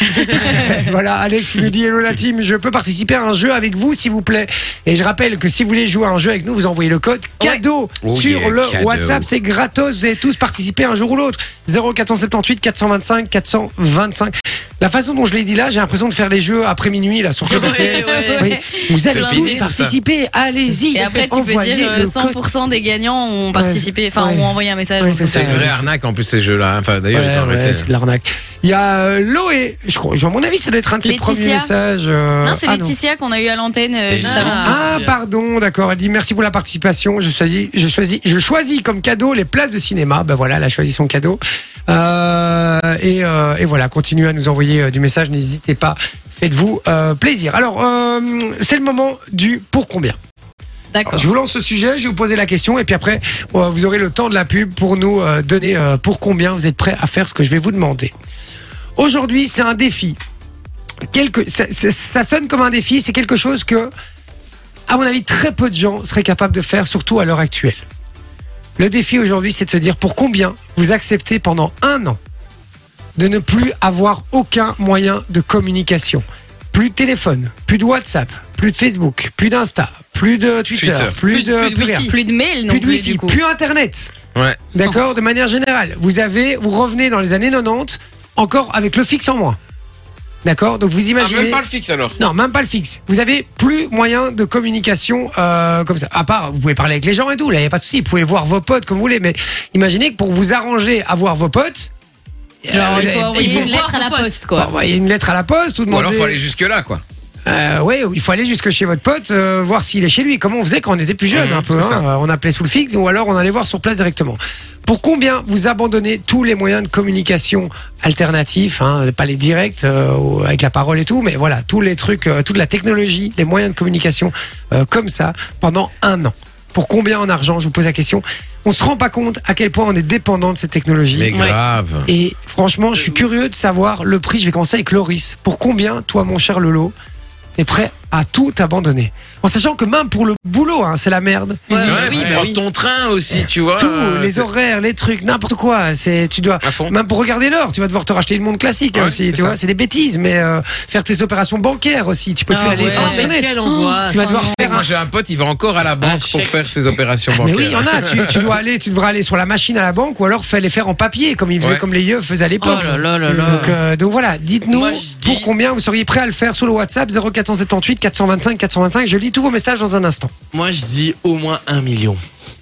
F: voilà, Alex qui nous dit hello la team. Je peux participer à un jeu avec vous s'il vous plaît. Et je rappelle que si vous voulez jouer à un jeu avec nous, vous envoyez le code cadeau
G: Oh
F: sur
G: yeah,
F: le
G: cadeau.
F: WhatsApp. C'est gratos. Vous avez tous participé un jour ou l'autre. 0478 425 425. La façon dont je l'ai dit là, j'ai l'impression de faire les jeux après minuit là sur le
D: Ouais, ouais.
F: Oui. Vous
D: C'est
F: allez tous
D: fini, tout
G: ça.
F: participer. Allez-y.
D: Et après, tu peux
F: Envoyez
D: dire euh,
F: le code.
D: 100% des gagnants ont participé, enfin
F: Ouais.
D: ont envoyé un message.
F: Ouais, c'est ça.
G: C'est une vraie arnaque en plus ces jeux-là. hein. Enfin, d'ailleurs,
F: Ouais,
G: ils ont
F: ouais,
G: arrêté.
F: c'est de l'arnaque. Il y a euh, Loé, je crois, genre, à mon avis, ça doit être un de ses
D: Laetitia.
F: premiers messages. euh,
D: Non, c'est
F: ah,
D: Laetitia qu'on a eu à l'antenne euh, juste
E: Ah.
D: avant.
F: Ah, pardon, d'accord. Elle dit merci pour la participation. Je choisis, je choisis, je choisis comme cadeau les places de cinéma. Ben voilà, elle a choisi son cadeau. Euh, et, euh, et voilà, continuez à nous envoyer euh, du message. N'hésitez pas. Faites-vous euh, plaisir. Alors, euh, c'est le moment du pour combien.
D: D'accord.
F: Je vous lance ce sujet, je vais vous poser la question et puis après, euh, vous aurez le temps de la pub pour nous euh, donner euh, pour combien vous êtes prêts à faire ce que je vais vous demander. Aujourd'hui, c'est un défi. Quelque, ça, ça- ça sonne comme un défi, c'est quelque chose que, à mon avis, très peu de gens seraient capables de faire, surtout à l'heure actuelle. Le défi aujourd'hui, c'est de se dire pour combien vous acceptez pendant un an de ne plus avoir aucun moyen de communication. Plus de téléphone, plus de WhatsApp, plus de Facebook, plus d'Insta, plus de Twitter,
G: Twitter.
F: plus de,
C: Plus de
F: Euh, plus
C: wifi.
F: rien
D: Plus de mail non
F: plus
D: plus,
F: de wifi,
D: du coup.
F: plus internet.
G: Ouais.
F: D'accord, de manière générale, vous avez, vous revenez dans les années 90 encore avec le fixe en moins. D'accord, donc vous
G: Ah,
F: imaginez.
G: même pas le fixe alors.
F: Non, même pas le fixe. Vous avez plus moyen de communication euh, comme ça. À part, vous pouvez parler avec les gens et tout. Là, il n'y a pas de souci. Vous pouvez voir vos potes comme vous voulez. Mais imaginez que pour vous arranger à voir vos potes, euh,
D: Genre,
F: vous
D: il
F: avez-
D: faut
C: il
D: envoyer
C: faut
D: une
C: voir
D: lettre à la
F: Ah
C: vos potes.
D: poste,
F: vous
D: quoi.
F: envoyez une lettre à la poste ou
G: Ou
F: demander.
G: alors, faut aller jusque-là, quoi.
F: Euh, ouais, il faut aller jusque chez votre pote, euh, voir s'il est chez lui. Comment on faisait quand on était plus jeune,
G: Mhm,
F: un peu.
G: c'est
F: hein.
G: ça.
F: Euh, On appelait sous le fixe ou alors on allait voir sur place directement. Pour combien vous abandonnez tous les moyens de communication alternatifs, hein, pas les directs euh, ou avec la parole et tout, mais voilà, tous les trucs, euh, toute la technologie, les moyens de communication euh, comme ça pendant un an. Pour combien en argent Je vous pose la question. On se rend pas compte à quel point on est dépendant de cette technologie.
G: Mais grave.
F: Et franchement, je suis curieux de savoir le prix. Je vais commencer avec Loris. Pour combien, toi, mon cher Lolo, t'es prêt à tout abandonner. En sachant que même pour le boulot, hein, c'est la merde.
C: Ouais,
I: Ouais,
C: bah oui, bah
I: prends
C: oui.
I: ton train aussi, tu vois.
F: Tout,
I: euh,
F: les horaires, les trucs, n'importe quoi. C'est, tu dois,
I: À fond.
F: même pour regarder l'heure, tu vas devoir te racheter une montre classique hein,
I: Ah Ouais,
F: aussi.
I: c'est
F: Tu
I: ça.
F: vois, c'est des bêtises, mais euh, faire tes opérations bancaires aussi. Tu peux
C: Ah
F: plus aller
C: ouais,
F: sur
C: mais
F: internet.
C: quelle angoisse.
F: Tu vas devoir
I: C'est
F: faire
I: que moi
F: un.
I: j'ai un pote, il va encore à la banque pour
E: chèque.
I: faire ses opérations
F: Mais
I: bancaires.
F: oui, il y en a. Tu, tu dois aller, tu devras aller sur la machine à la banque, ou alors fais les faire en papier, comme ils faisaient,
I: Ouais.
F: comme les yeux faisaient à
C: Oh
F: l'époque.
C: là là là là.
F: Donc, euh, donc voilà, dites-nous
E: Moi, je dis-
F: pour combien vous seriez prêt à le faire sur le WhatsApp 0478 425 425. Je lis tous vos messages dans un instant.
E: Moi, je dis au moins un million.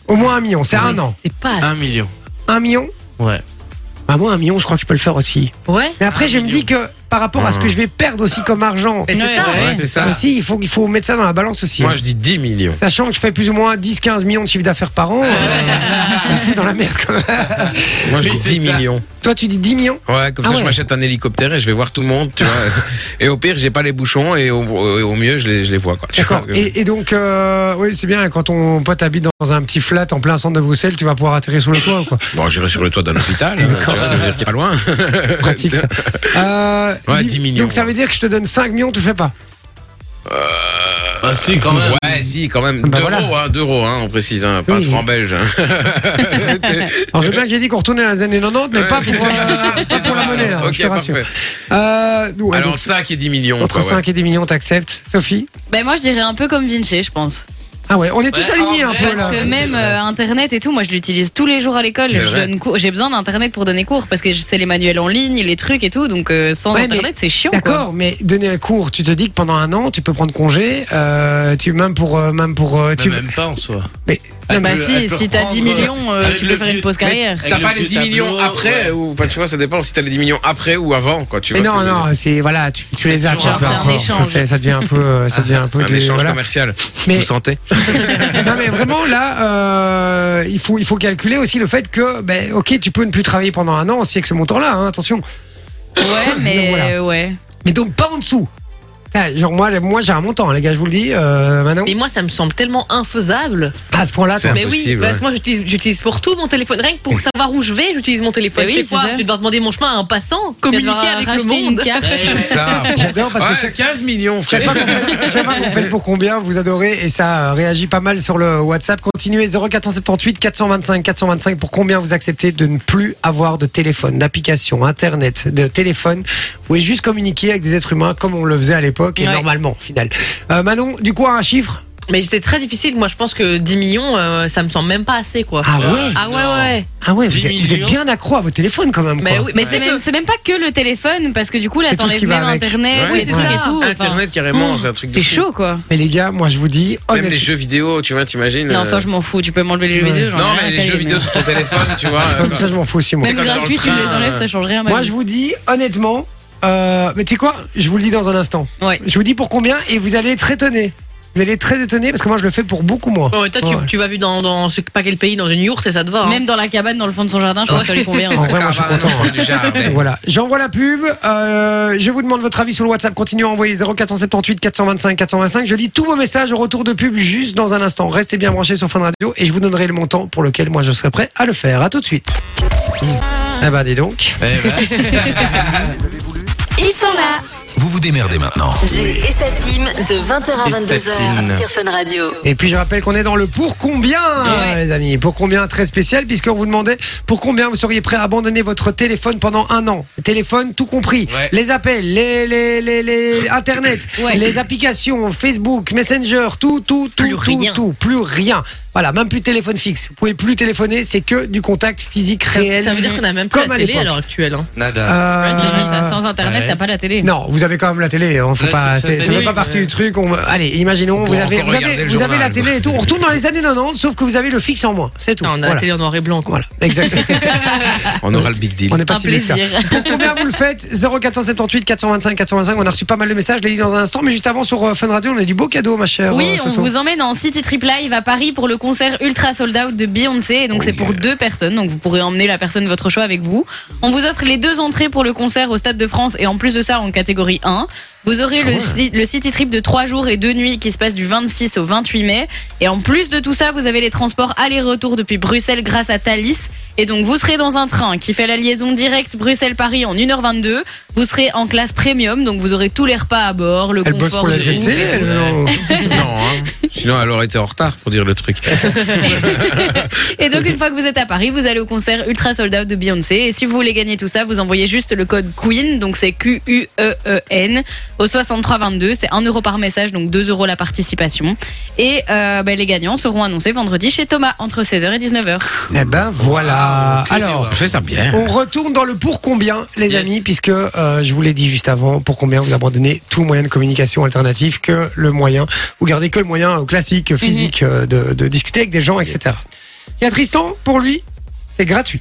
F: Au moins un million, c'est un
C: Mais
F: an.
C: C'est pas
D: Ah,
E: Un million.
F: Un million
E: Ouais.
F: Bah moi un million, je crois que je peux le faire aussi.
C: Ouais.
F: Mais après,
E: Un
F: je me
E: million.
F: dis que par rapport à ce que je vais perdre aussi comme argent,
C: Mais c'est
D: Ouais,
C: ça.
I: Ouais, c'est ça.
F: aussi, il faut, il faut mettre ça dans la balance aussi.
I: Moi je dis 10 millions.
F: Sachant que je fais plus ou moins 10-15 millions de chiffre d'affaires par an, euh, on me fout dans la merde quand même.
I: Moi je
E: Oui,
I: dis
E: c'est
I: 10
E: ça.
I: millions.
F: Toi, tu dis 10 millions
I: Ouais, comme
F: Ah
I: ça
F: ouais.
I: je m'achète un hélicoptère et je vais voir tout le monde, tu vois. et au pire, j'ai pas les bouchons et au, au- au mieux, je les, je les vois quoi. Tu
F: D'accord.
I: vois.
F: Et, et donc, euh, oui, c'est bien, quand ton pote habite dans un petit flat en plein centre de Bruxelles, tu vas pouvoir atterrir sous le toit ou quoi
I: Bon, j'irai sur le toit d'un hôpital, hein, tu vois, ça veut dire qu'il est pas loin.
F: Pratique ça. Euh,
I: Ouais,
F: dis-
I: 10 millions,
F: Donc ça veut dire que je te donne 5 millions, tu le fais pas
E: Ah, si, quand même.
I: Ouais, si, quand même.
F: Bah
I: D'euros,
F: voilà.
I: hein, d'euros, hein, on précise, hein, pas
F: Oui.
I: de francs belges. hein.
F: Alors j'ai bien que j'ai dit qu'on retournait dans les années 90, mais
I: Ouais.
F: pas pour, euh, pas pour la monnaie, hein,
I: Ok,
F: je te rassure.
I: parfait.
F: Euh, ouais,
I: Alors
F: donc,
I: 5 et 10 millions.
F: entre
I: quoi, ouais.
F: 5 et 10 millions, t'acceptes. Sophie
D: Ben moi je dirais un peu comme Vinci, je pense.
F: Ah ouais, on est tous
E: Ouais,
F: alignés
E: en
F: un peu
E: vrai,
D: Parce
F: là.
D: que même euh, internet et tout, moi je l'utilise tous les jours à l'école.
I: C'est
D: Je
I: vrai.
D: donne cours- J'ai besoin d'internet pour donner cours parce que je- c'est les manuels en ligne, les trucs et tout. Donc euh, sans
F: Ouais, mais-
D: internet c'est chiant. quoi.
F: D'accord, mais donner un cours, tu te dis que pendant un an, tu peux prendre congé, euh, tu même pour euh, même pour euh, tu
E: Tu même pas en soi.
F: Mais-
E: Elle
D: Bah
F: Euh,
E: peut-
D: si,
E: elle peut
D: si t'as 10
E: reprendre,
D: millions, euh,
E: avec
D: tu
E: le
D: peux faire
E: vieux-
D: une pause
E: Mais
D: carrière.
E: Avec
I: T'as
E: le
I: pas les
E: vieux
I: 10 millions
E: tableau,
I: après
E: ouais.
I: ou enfin, tu vois, ça dépend si t'as les 10 millions après ou avant quoi, tu
F: mais
I: vois.
F: non,
I: ce que je veux
F: non,
I: dire.
F: c'est voilà, tu, tu les as.
E: Genre,
F: tu vois,
D: c'est
F: peu
D: un
F: importe.
D: échange.
F: Ça, c'est- ça devient un peu, euh, ça devient un peu.
I: Un
F: du-
I: échange
F: voilà.
I: commercial.
F: Mais-
I: Vous sentez
F: non mais vraiment là, euh, il faut il faut calculer aussi le fait que ben ok, tu peux ne plus travailler pendant un an, c'est que ce montant-là, hein, attention.
D: Ouais, mais euh,
F: voilà.
D: ouais.
F: Mais donc pas en dessous. Ah, genre moi, les- moi j'ai un montant, hein, les gars, je vous le dis. Euh, maintenant,
C: Mais moi, ça me semble tellement infaisable.
F: à ce point-là,
I: C'est
F: toi.
C: Mais Ben oui,
I: impossible,
C: parce
I: ouais.
C: que moi, j'utilise- j'utilise pour tout mon téléphone. Rien que pour savoir où je vais, j'utilise mon téléphone.
D: Mais Ben oui,
C: Des
D: c'est
C: fois,
D: ça.
C: je vais devoir demander mon chemin à un passant,
D: Tu vas
C: communiquer
D: devoir
C: avec le
D: racheter
C: monde.
D: Une carte.
I: C'est ça.
F: J'adore parce que
I: Ouais,
F: chaque-
I: 15 millions,
F: Chaque
I: frère.
F: fois qu'on fait, chaque fois qu'on fait le pour combien, vous adorez et ça euh, réagit pas mal sur le WhatsApp. Continuez 0478 425 425 pour combien vous acceptez de ne plus avoir de téléphone, d'application, internet, de téléphone. Vous pouvez juste communiquer avec des êtres humains comme on le faisait à l'époque et
D: Ouais.
F: normalement au final. Euh, Manon, du coup un chiffre
C: Mais c'est très difficile. Moi, je pense que 10 millions, euh, ça me semble même pas assez, quoi.
F: Ah ouais
C: Ah ouais,
E: Non.
C: ouais.
F: Ah ouais, vous
E: 10
F: êtes, vous êtes
E: millions.
F: bien accro à vos téléphones quand même.
C: Mais
F: quoi.
C: oui,
D: Mais
C: mais
D: c'est même, c'est même pas que le téléphone parce que du coup là
F: C'est tout ce
D: t'enlèves
F: qui va
D: même
F: avec.
D: internet,
I: Ouais.
D: les trucs
F: Ouais.
D: et tout. enfin,
I: Internet carrément, c'est un truc de
D: C'est
I: fou.
D: chaud quoi.
F: Mais les gars, moi je vous dis Mmh.
I: Même
F: honnêtement.
I: les jeux vidéo, tu vois, t'imagines euh,
D: Non, ça je m'en fous. Tu peux m'enlever les jeux
F: Ouais.
D: vidéo. j'en ai
I: Non,
D: rien à
I: mais les
D: caler,
I: jeux
D: mais-
I: vidéo sur ton téléphone, tu vois. euh,
F: Ça je m'en fous aussi moi.
I: C'est
D: Même
I: comme dans le
D: gratuit, tu
I: train,
D: me les enlèves, ça change rien. à ma
F: Moi,
D: vie.
F: je vous dis, honnêtement, euh, mais tu sais quoi Je vous le dis dans un instant.
D: Ouais.
F: Je vous dis pour combien et vous allez être étonné. Vous allez être très étonné parce que moi, je le fais pour beaucoup moins.
C: Ouais, toi, tu,
F: Ouais.
C: tu vas vivre dans, dans je sais pas quel pays, dans une yourte et ça te va. hein.
D: Même dans la cabane, dans le fond de son jardin, je pense que ça lui convient. hein.
F: En vrai, moi, je suis
I: caravane
F: content. hein.
I: au fond du jardin.
F: Ah, Voilà, j'envoie la pub. Euh, je vous demande votre avis sur le WhatsApp. Continuez à envoyer 0478 425 425. Je lis tous vos messages au retour de pub juste dans un instant. Restez bien branchés sur Fun Radio et je vous donnerai le montant pour lequel moi je serai prêt à le faire. À tout de suite. Eh ben, dis donc.
A: Ils sont là
B: Vous vous démerdez maintenant.
A: Jay et sa team de 20h
E: Et sa
A: à 22h
E: team.
A: sur Fun Radio.
F: Et puis je rappelle qu'on est dans le pour combien, les amis. Pour combien très spécial, puisqu'on vous demandait pour combien vous seriez prêt à abandonner votre téléphone pendant un an. Téléphone, tout compris.
I: Ouais.
F: Les appels, les, les, les, les Internet,
D: Ouais.
F: les applications, Facebook, Messenger, tout, tout, tout,
C: Plus
F: tout,
C: rien.
F: tout, plus rien. Voilà, même plus de téléphone fixe. Vous pouvez plus téléphoner, c'est que du contact physique réel.
C: Ça veut dire qu'on a même pas
F: Comme
C: la
F: à
C: télé
F: l'époque.
C: à l'heure actuelle. hein.
I: Nada.
F: Euh,
D: Ouais, c'est vrai, ça, Sans internet,
E: Ouais.
D: t'as pas la télé.
F: Non, vous avez quand même la télé. Hein, faut
E: Là,
F: pas,
E: toute sa
F: c'est- ça
E: télé,
F: fait pas
E: oui,
F: partie
E: mais-
F: du truc. On, allez, imaginons, vous
I: pourra
F: avez,
I: encore
F: vous,
I: regarder
F: avez,
I: le
F: vous avez la
I: journal.
F: télé et tout. On retourne dans les années 90, sauf que vous avez le fixe en moins. C'est tout.
C: Non, on a
F: Voilà.
C: la télé en noir et blanc, quoi.
F: Voilà, exactement.
I: On aura le big deal.
F: On n'est pas
D: Un
F: si vieux que ça.
D: plaisir.
F: Pour combien vous le faites 0478 425 425. On a reçu pas mal de messages, je les lis dans un instant. Mais juste avant, sur euh, Fun Radio, on a du beau cadeau, ma chère.
D: Oui,
F: euh,
D: on
F: Soso.
D: vous emmène en City Trip Live à Paris pour le concert ultra sold out de Beyoncé. Et donc,
F: Oh
D: c'est pour deux personnes. Donc, vous pourrez emmener la personne de votre choix avec vous. On vous offre les deux entrées pour le concert au Stade de France. Et en plus de ça, en catégorie 1. Vous aurez
F: Ah
D: le, si- le city trip de 3 jours et 2 nuits qui se passe du 26 au 28 mai. Et en plus de tout ça, vous avez les transports aller-retour depuis Bruxelles grâce à Thalys. Et donc vous serez dans un train qui fait la liaison directe Bruxelles-Paris en 1h22. Vous serez en classe premium, donc vous aurez tous les repas à bord, le
F: Elle bosse
D: confort
F: pour la
D: de ouf
F: GNC,
D: et tout.
F: elle, euh, non
I: Non, hein. sinon elle aurait été en retard pour dire le truc.
D: Et donc une fois que vous êtes à Paris, vous allez au concert Ultra Sold Out de Beyoncé. Et si vous voulez gagner tout ça, vous envoyez juste le code Queen, donc c'est Q U E E N au 6322. C'est 1 euro par message, donc 2 euros la participation. Et euh, ben, les gagnants seront annoncés vendredi chez Thomas entre 16h et 19h.
F: Eh ben voilà. Alors,
I: on fait ça bien.
F: on retourne dans le pour combien, les
E: Yes.
F: amis, puisque euh, je vous l'ai dit juste avant, pour combien vous abandonnez tout moyen de communication alternatif que le moyen, vous gardez que le moyen euh, classique, euh, physique, euh, de, de discuter avec des gens, etc. Il y a Tristan, pour lui, c'est gratuit.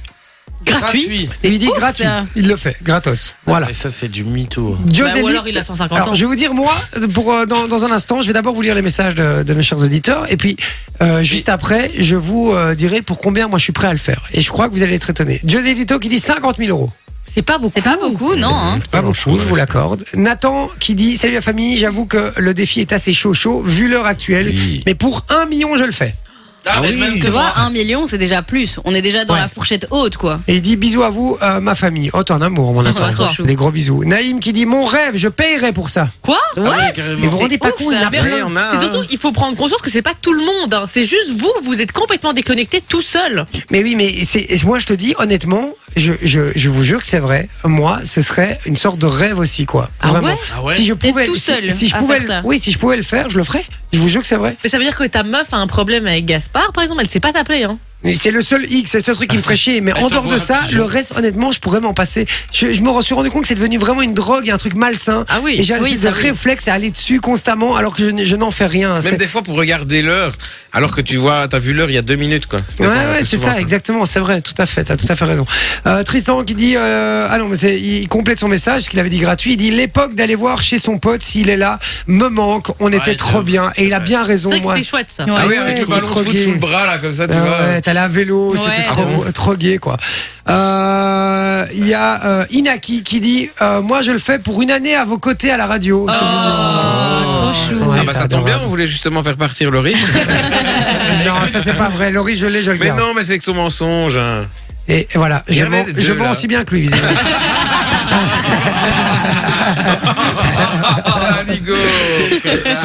E: Gratuit.
F: Il lui dit
D: ouf,
F: gratuit.
D: ça.
F: Il le fait, gratos. Voilà.
E: Et ça, c'est du mytho.
C: Bah,
F: José
C: ou
F: Lee-
C: alors il a 150
F: Alors,
C: ans.
F: je vais vous dire, moi, pour, euh, dans, dans un instant, je vais d'abord vous lire les messages de, de mes chers auditeurs. Et puis, euh, juste après, je vous euh, dirai pour combien moi je suis prêt à le faire. Et je crois que vous allez être étonnés. José Lito qui dit 50 000 euros.
C: C'est pas beaucoup.
D: C'est pas beaucoup, non hein
F: Pas
I: Alors,
F: beaucoup,
I: je-
F: je vous l'accorde. Nathan qui dit Salut la famille, j'avoue que le défi est assez chaud chaud vu l'heure actuelle.
I: Oui.
F: Mais pour un million, je le fais.
E: Ah, mais même
D: Tu
E: que
D: vois,
E: moi.
D: 1 million, c'est déjà plus. On est déjà dans
F: Ouais.
D: la fourchette haute, quoi.
F: Et il dit Bisous à vous, euh, ma famille. Oh, t'es un amour, mon
D: va
F: Nathan.
D: trop chou.
F: Des gros bisous. Naïm qui dit Mon rêve, je payerai pour ça.
C: Quoi
D: What
E: carrément.
F: Mais vous vous rendez pas
D: ouf,
F: compte,
D: ça.
F: il n'a
C: Mais
F: pas-
I: Ouais, on a,
C: Et
I: hein.
C: surtout, il faut prendre conscience que c'est pas tout le monde. hein. C'est juste vous, vous êtes complètement déconnecté tout seul.
F: Mais oui, mais c'est moi je te dis honnêtement, je, je, je vous jure que c'est vrai. Moi, ce serait une sorte de rêve aussi quoi.
D: Ah
F: Vraiment.
D: ouais
E: Ah ouais
F: si je
D: T'es
F: pouvais
D: tout
F: si-
D: seul
F: si, je
D: à
F: pouvais
D: faire ça.
F: oui, si je pouvais le faire, je le ferais. Je vous jure que c'est vrai.
C: Mais ça veut dire que ta meuf a un problème avec Gaspard, par exemple, elle sait pas t'appeler. Hein.
F: Mais C'est le seul hic, c'est ce truc qui me ferait chier. Mais
E: Elle
F: en
E: te
F: dehors de
E: voit
F: ça,
E: pigeon.
F: le reste, honnêtement, je pourrais m'en passer. Je, je me suis rendu compte que c'est devenu vraiment une drogue, et un truc malsain.
C: Ah oui,
F: Et j'ai un
C: oui,
F: espèce
C: ça
F: de
C: oui.
F: réflexe à aller dessus constamment, alors que je, n- je n'en fais rien. hein. C'est-
I: Même des fois pour regarder l'heure, alors que tu vois, t'as vu l'heure il y a deux minutes quoi. Des
F: Ouais,
I: fois, on
F: ouais,
I: fait
F: c'est
I: souvent
F: ça, exactement, c'est vrai, tout à fait, t'as tout à fait raison. Euh, Tristan qui dit, euh, ah non, mais c'est- il complète son message, ce qu'il avait dit gratuit, il dit l'époque d'aller voir chez son pote s'il est là me manque, on était trop
E: j'avoue,
F: bien, et il a bien
C: C'est
F: raison,
C: vrai que
F: moi.
C: c'était chouette ça.
I: Ah oui,
F: Ouais,
I: avec le
F: c'est
I: ballon de
F: trop
I: foot
F: gay.
I: sous le bras là, comme ça, tu
F: Ah
I: vois.
F: ouais, t'as la vélo, c'était
D: Ouais.
F: trop, trop gay quoi. Euh, Il y a euh, Inaki qui dit euh, Moi je le fais pour une année à vos côtés à la radio. C'est mignon.
D: trop chou.
F: Ouais,
I: ah bah
F: c'est
I: ça tombe bien, on
F: adorable.
I: voulait justement faire partir le rythme.
F: Non, ça c'est pas vrai. Laurie, je l'ai, je le
I: mais
F: garde.
I: non, mais c'est avec son mensonge. hein.
F: Et voilà,
I: Il y
F: je
I: en a
F: mens,
I: des deux,
F: je mens
I: là.
F: aussi bien que lui, visiblement.
I: Ah, Nigo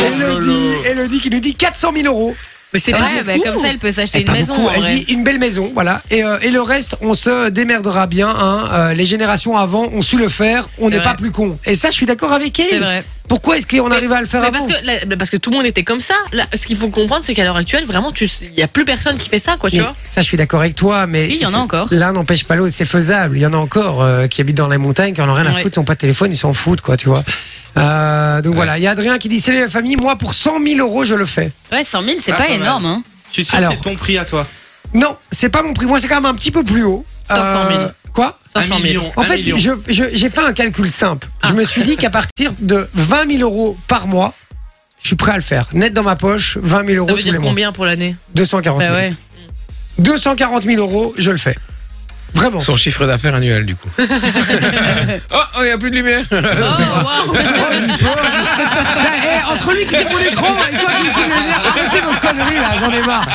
F: Elodie, Elodie qui nous dit 400 000 euros.
C: Mais c'est pas
D: Ouais, bah,
C: beaucoup.
D: comme ça, elle peut s'acheter
F: Eh,
D: une
F: pas
D: maison.
F: beaucoup.
D: en
F: Elle
D: vrai.
F: dit une belle maison, voilà. Et, euh, et le reste, on se démerdera bien. hein. Euh, les générations avant ont su le faire. On
C: C'est
F: n'est pas
C: vrai.
F: plus con. Et ça, je suis d'accord avec
D: C'est
F: elle.
D: vrai.
F: Pourquoi est-ce qu'on arrive à le faire
C: Mais
F: avant
C: parce que, là, bah, parce que tout le monde était comme ça. Là, ce qu'il faut comprendre, c'est qu'à l'heure actuelle, vraiment, tu- il y a plus personne qui fait ça, quoi, tu
F: Mais
C: vois.
F: Ça, je suis d'accord avec toi, mais
D: Si, il y en a
F: c'est-
D: encore.
F: L'un n'empêche pas l'autre, c'est faisable. Il y en a encore euh, qui habitent dans les montagnes, qui en ont rien à
D: Ouais.
F: foutre, ils n'ont pas de téléphone, ils s'en foutent, quoi, tu vois. Euh, donc voilà, il y a Adrien qui dit Salut la famille, moi pour 100 000 euros je le fais.
D: Ouais, 100 000, c'est
E: Ah,
D: pas
E: quand même.
D: énorme. Hein.
E: Je suis sûr que
F: Alors.
E: c'est ton prix à toi.
F: Non, c'est pas mon prix, moi c'est quand même un petit peu plus haut. Euh,
C: 500 000.
F: quoi
C: 500
E: Un
C: 000.
E: million.
F: En
E: un
F: fait,
E: million.
F: je- je- j'ai fait un calcul simple. Je me suis dit qu'à partir de 20 000 euros par mois, je suis prêt à le faire. Net dans ma poche, 20 000
C: Ça
F: euros
C: veut
F: tous les
C: dire
F: mois.
C: combien pour l'année
F: 240 000.
D: Bah ouais.
F: 240 000 euros, je le fais. Vraiment.
I: Son chiffre d'affaires annuel, du coup. oh, oh, il n'y a plus de lumière.
C: Oh, wow.
F: Oh, j'ai eu peur. Putain, hé, Ben, eh, entre lui qui était mon écran et toi qui était le mien, arrêtez vos conneries là, j'en ai marre.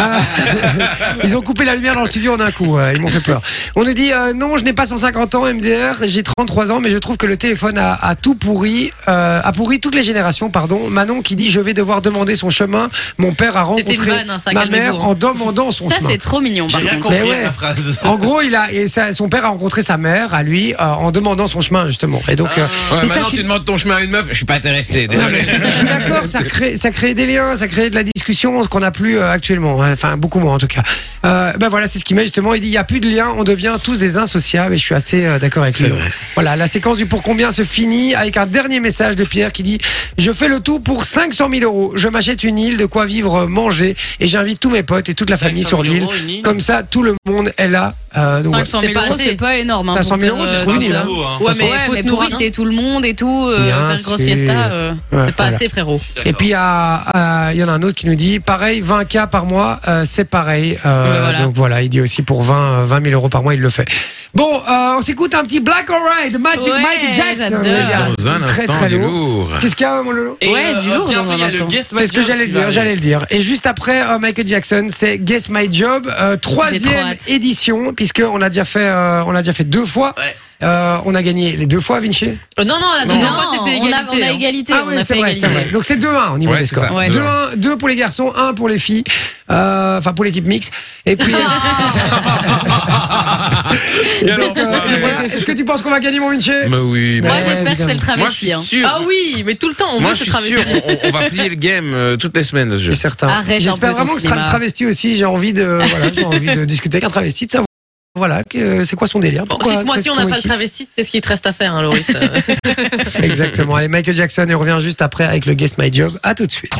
F: Euh, ils ont coupé la lumière dans le studio en un coup, euh, ils m'ont fait peur. On nous dit euh, non, je n'ai pas 150 ans MDR, j'ai 33 ans, mais je trouve que le téléphone a, a tout pourri, euh, a pourri toutes les générations, pardon. Manon qui dit je vais devoir demander son chemin. Mon père a
C: C'était une
F: rencontré
C: vanne, hein, ça,
F: ma
C: calmez-vous,
F: mère
C: hein.
F: en demandant son
D: Ça,
F: chemin.
D: c'est trop mignon,
E: J'ai
D: par
E: rien
D: contre.
E: compris
F: Mais
E: à
F: ouais.
E: la phrase.
F: En gros, il a, et sa- son père a rencontré sa mère à lui euh, en demandant son chemin justement. Et donc, euh,
I: Ah. Ouais,
F: et ça,
I: maintenant,
F: je suis-
I: tu demandes ton chemin à une meuf. Je suis pas intéressé, désolé.
F: je suis d'accord, ça crée, ça crée des liens, ça crée de la discussion, ce qu'on n'a plus euh, actuellement, hein. enfin beaucoup moins en tout cas. Euh, ben voilà, c'est ce qu'il met justement. Il dit il n'y a plus de liens, on devient tous des insociables et je suis assez euh, d'accord avec lui. Voilà, la séquence du pour combien se finit avec un dernier message de Pierre qui dit Je fais le tout pour 500 000 euros, je m'achète une île, de quoi vivre, euh, manger et j'invite tous mes potes et toute la famille
E: 500
F: sur
E: 000
F: l'île.
E: euros, une île.
F: Comme ça, tout le monde est là. Euh, donc, ouais.
D: 500
C: C'est
D: 000
C: pas
D: euros,
C: assez.
D: c'est pas énorme. Hein,
F: 500 000
D: pour
F: euros,
D: faire,
F: c'est
D: euh,
F: trop
D: tout
F: nul,
D: ça.
F: hein.
E: Bravo, hein.
C: Ouais, mais
D: Ouais,
C: faut
D: mais
C: te
D: pour
C: nourrir.
D: inviter tout le monde et tout, euh,
F: Bien
D: faire une grosse
F: sûr.
D: fiesta. euh,
F: Ouais,
C: C'est pas
F: voilà.
C: assez, frérot.
F: Et puis il y, a- euh, il y en a un autre qui nous dit pareil, 20K par mois, euh, c'est pareil. Euh,
D: Ouais, voilà.
F: Donc voilà, il dit aussi pour 20, euh, 20 000 euros par mois, il le fait. Bon, euh, on s'écoute un petit Black Alright de Magic
D: Ouais,
F: Mike Jackson,
D: j'adore.
F: les gars.
I: Dans un
F: très
I: instant,
F: très
I: du
F: lourd.
I: lourd.
F: Qu'est-ce qu'il y a, mon Lolo
E: Et,
D: Ouais, du lourd dans
E: bientôt,
D: un
E: il y a le
D: instant.
E: Guess
F: C'est ce que
E: Maker
F: j'allais
E: qui
F: dire,
E: va
F: j'allais le dire. Et juste après euh, Michael Jackson, c'est Guess My Job, euh, troisième
D: hâte.
F: édition, puisque on a déjà fait, euh, on a déjà fait deux fois.
E: Ouais.
F: Euh, on a gagné les deux fois, Vinci.
C: Euh, non, non, la
D: Non,
C: deuxième fois, c'était
D: on, a,
C: égalité.
D: on a
C: hein.
D: égalité.
F: Ah
D: on
F: oui,
D: a
F: c'est
D: fait
F: vrai, c'est
D: égalité.
F: vrai. Donc c'est 2-1 au niveau
I: Ouais,
F: des
I: c'est
F: scores.
I: ça,
F: 2-1,
I: Ouais.
F: 2 pour les garçons, 1 pour les filles, euh, enfin pour l'équipe mixte. Et puis. Et
I: alors,
F: donc, euh,
I: ouais, mais-
F: voilà. Est-ce que tu penses qu'on va gagner, mon Vinci
I: Mais oui, mais-
D: Moi,
F: Ouais,
D: j'espère que c'est le
F: évidemment.
I: moi je
D: travesti.
I: suis
D: hein.
I: sûr.
C: Ah oui, mais tout le temps, on
I: Moi
C: veut
I: je
C: se
I: suis
C: traverser.
I: sûr, on, on va plier le game euh, toutes les semaines. de ce jeu.
F: Je suis certain.
D: Arrête un
F: J'espère
D: peu ton
F: vraiment que ce sera le
D: cinéma.
F: travesti aussi. J'ai envie de, voilà, j'ai envie de discuter avec un travesti, de savoir. Voilà, que, euh, c'est quoi son délire
C: Bon,
F: Pourquoi-
C: si ce mois-ci, on n'a
F: comment
C: pas
F: il
C: le
F: kiffe
C: travesti, c'est ce qu'il te reste à faire, hein, Loris.
F: Exactement. Allez, Michael Jackson, et on revient juste après avec le Guess My Job. À tout de suite.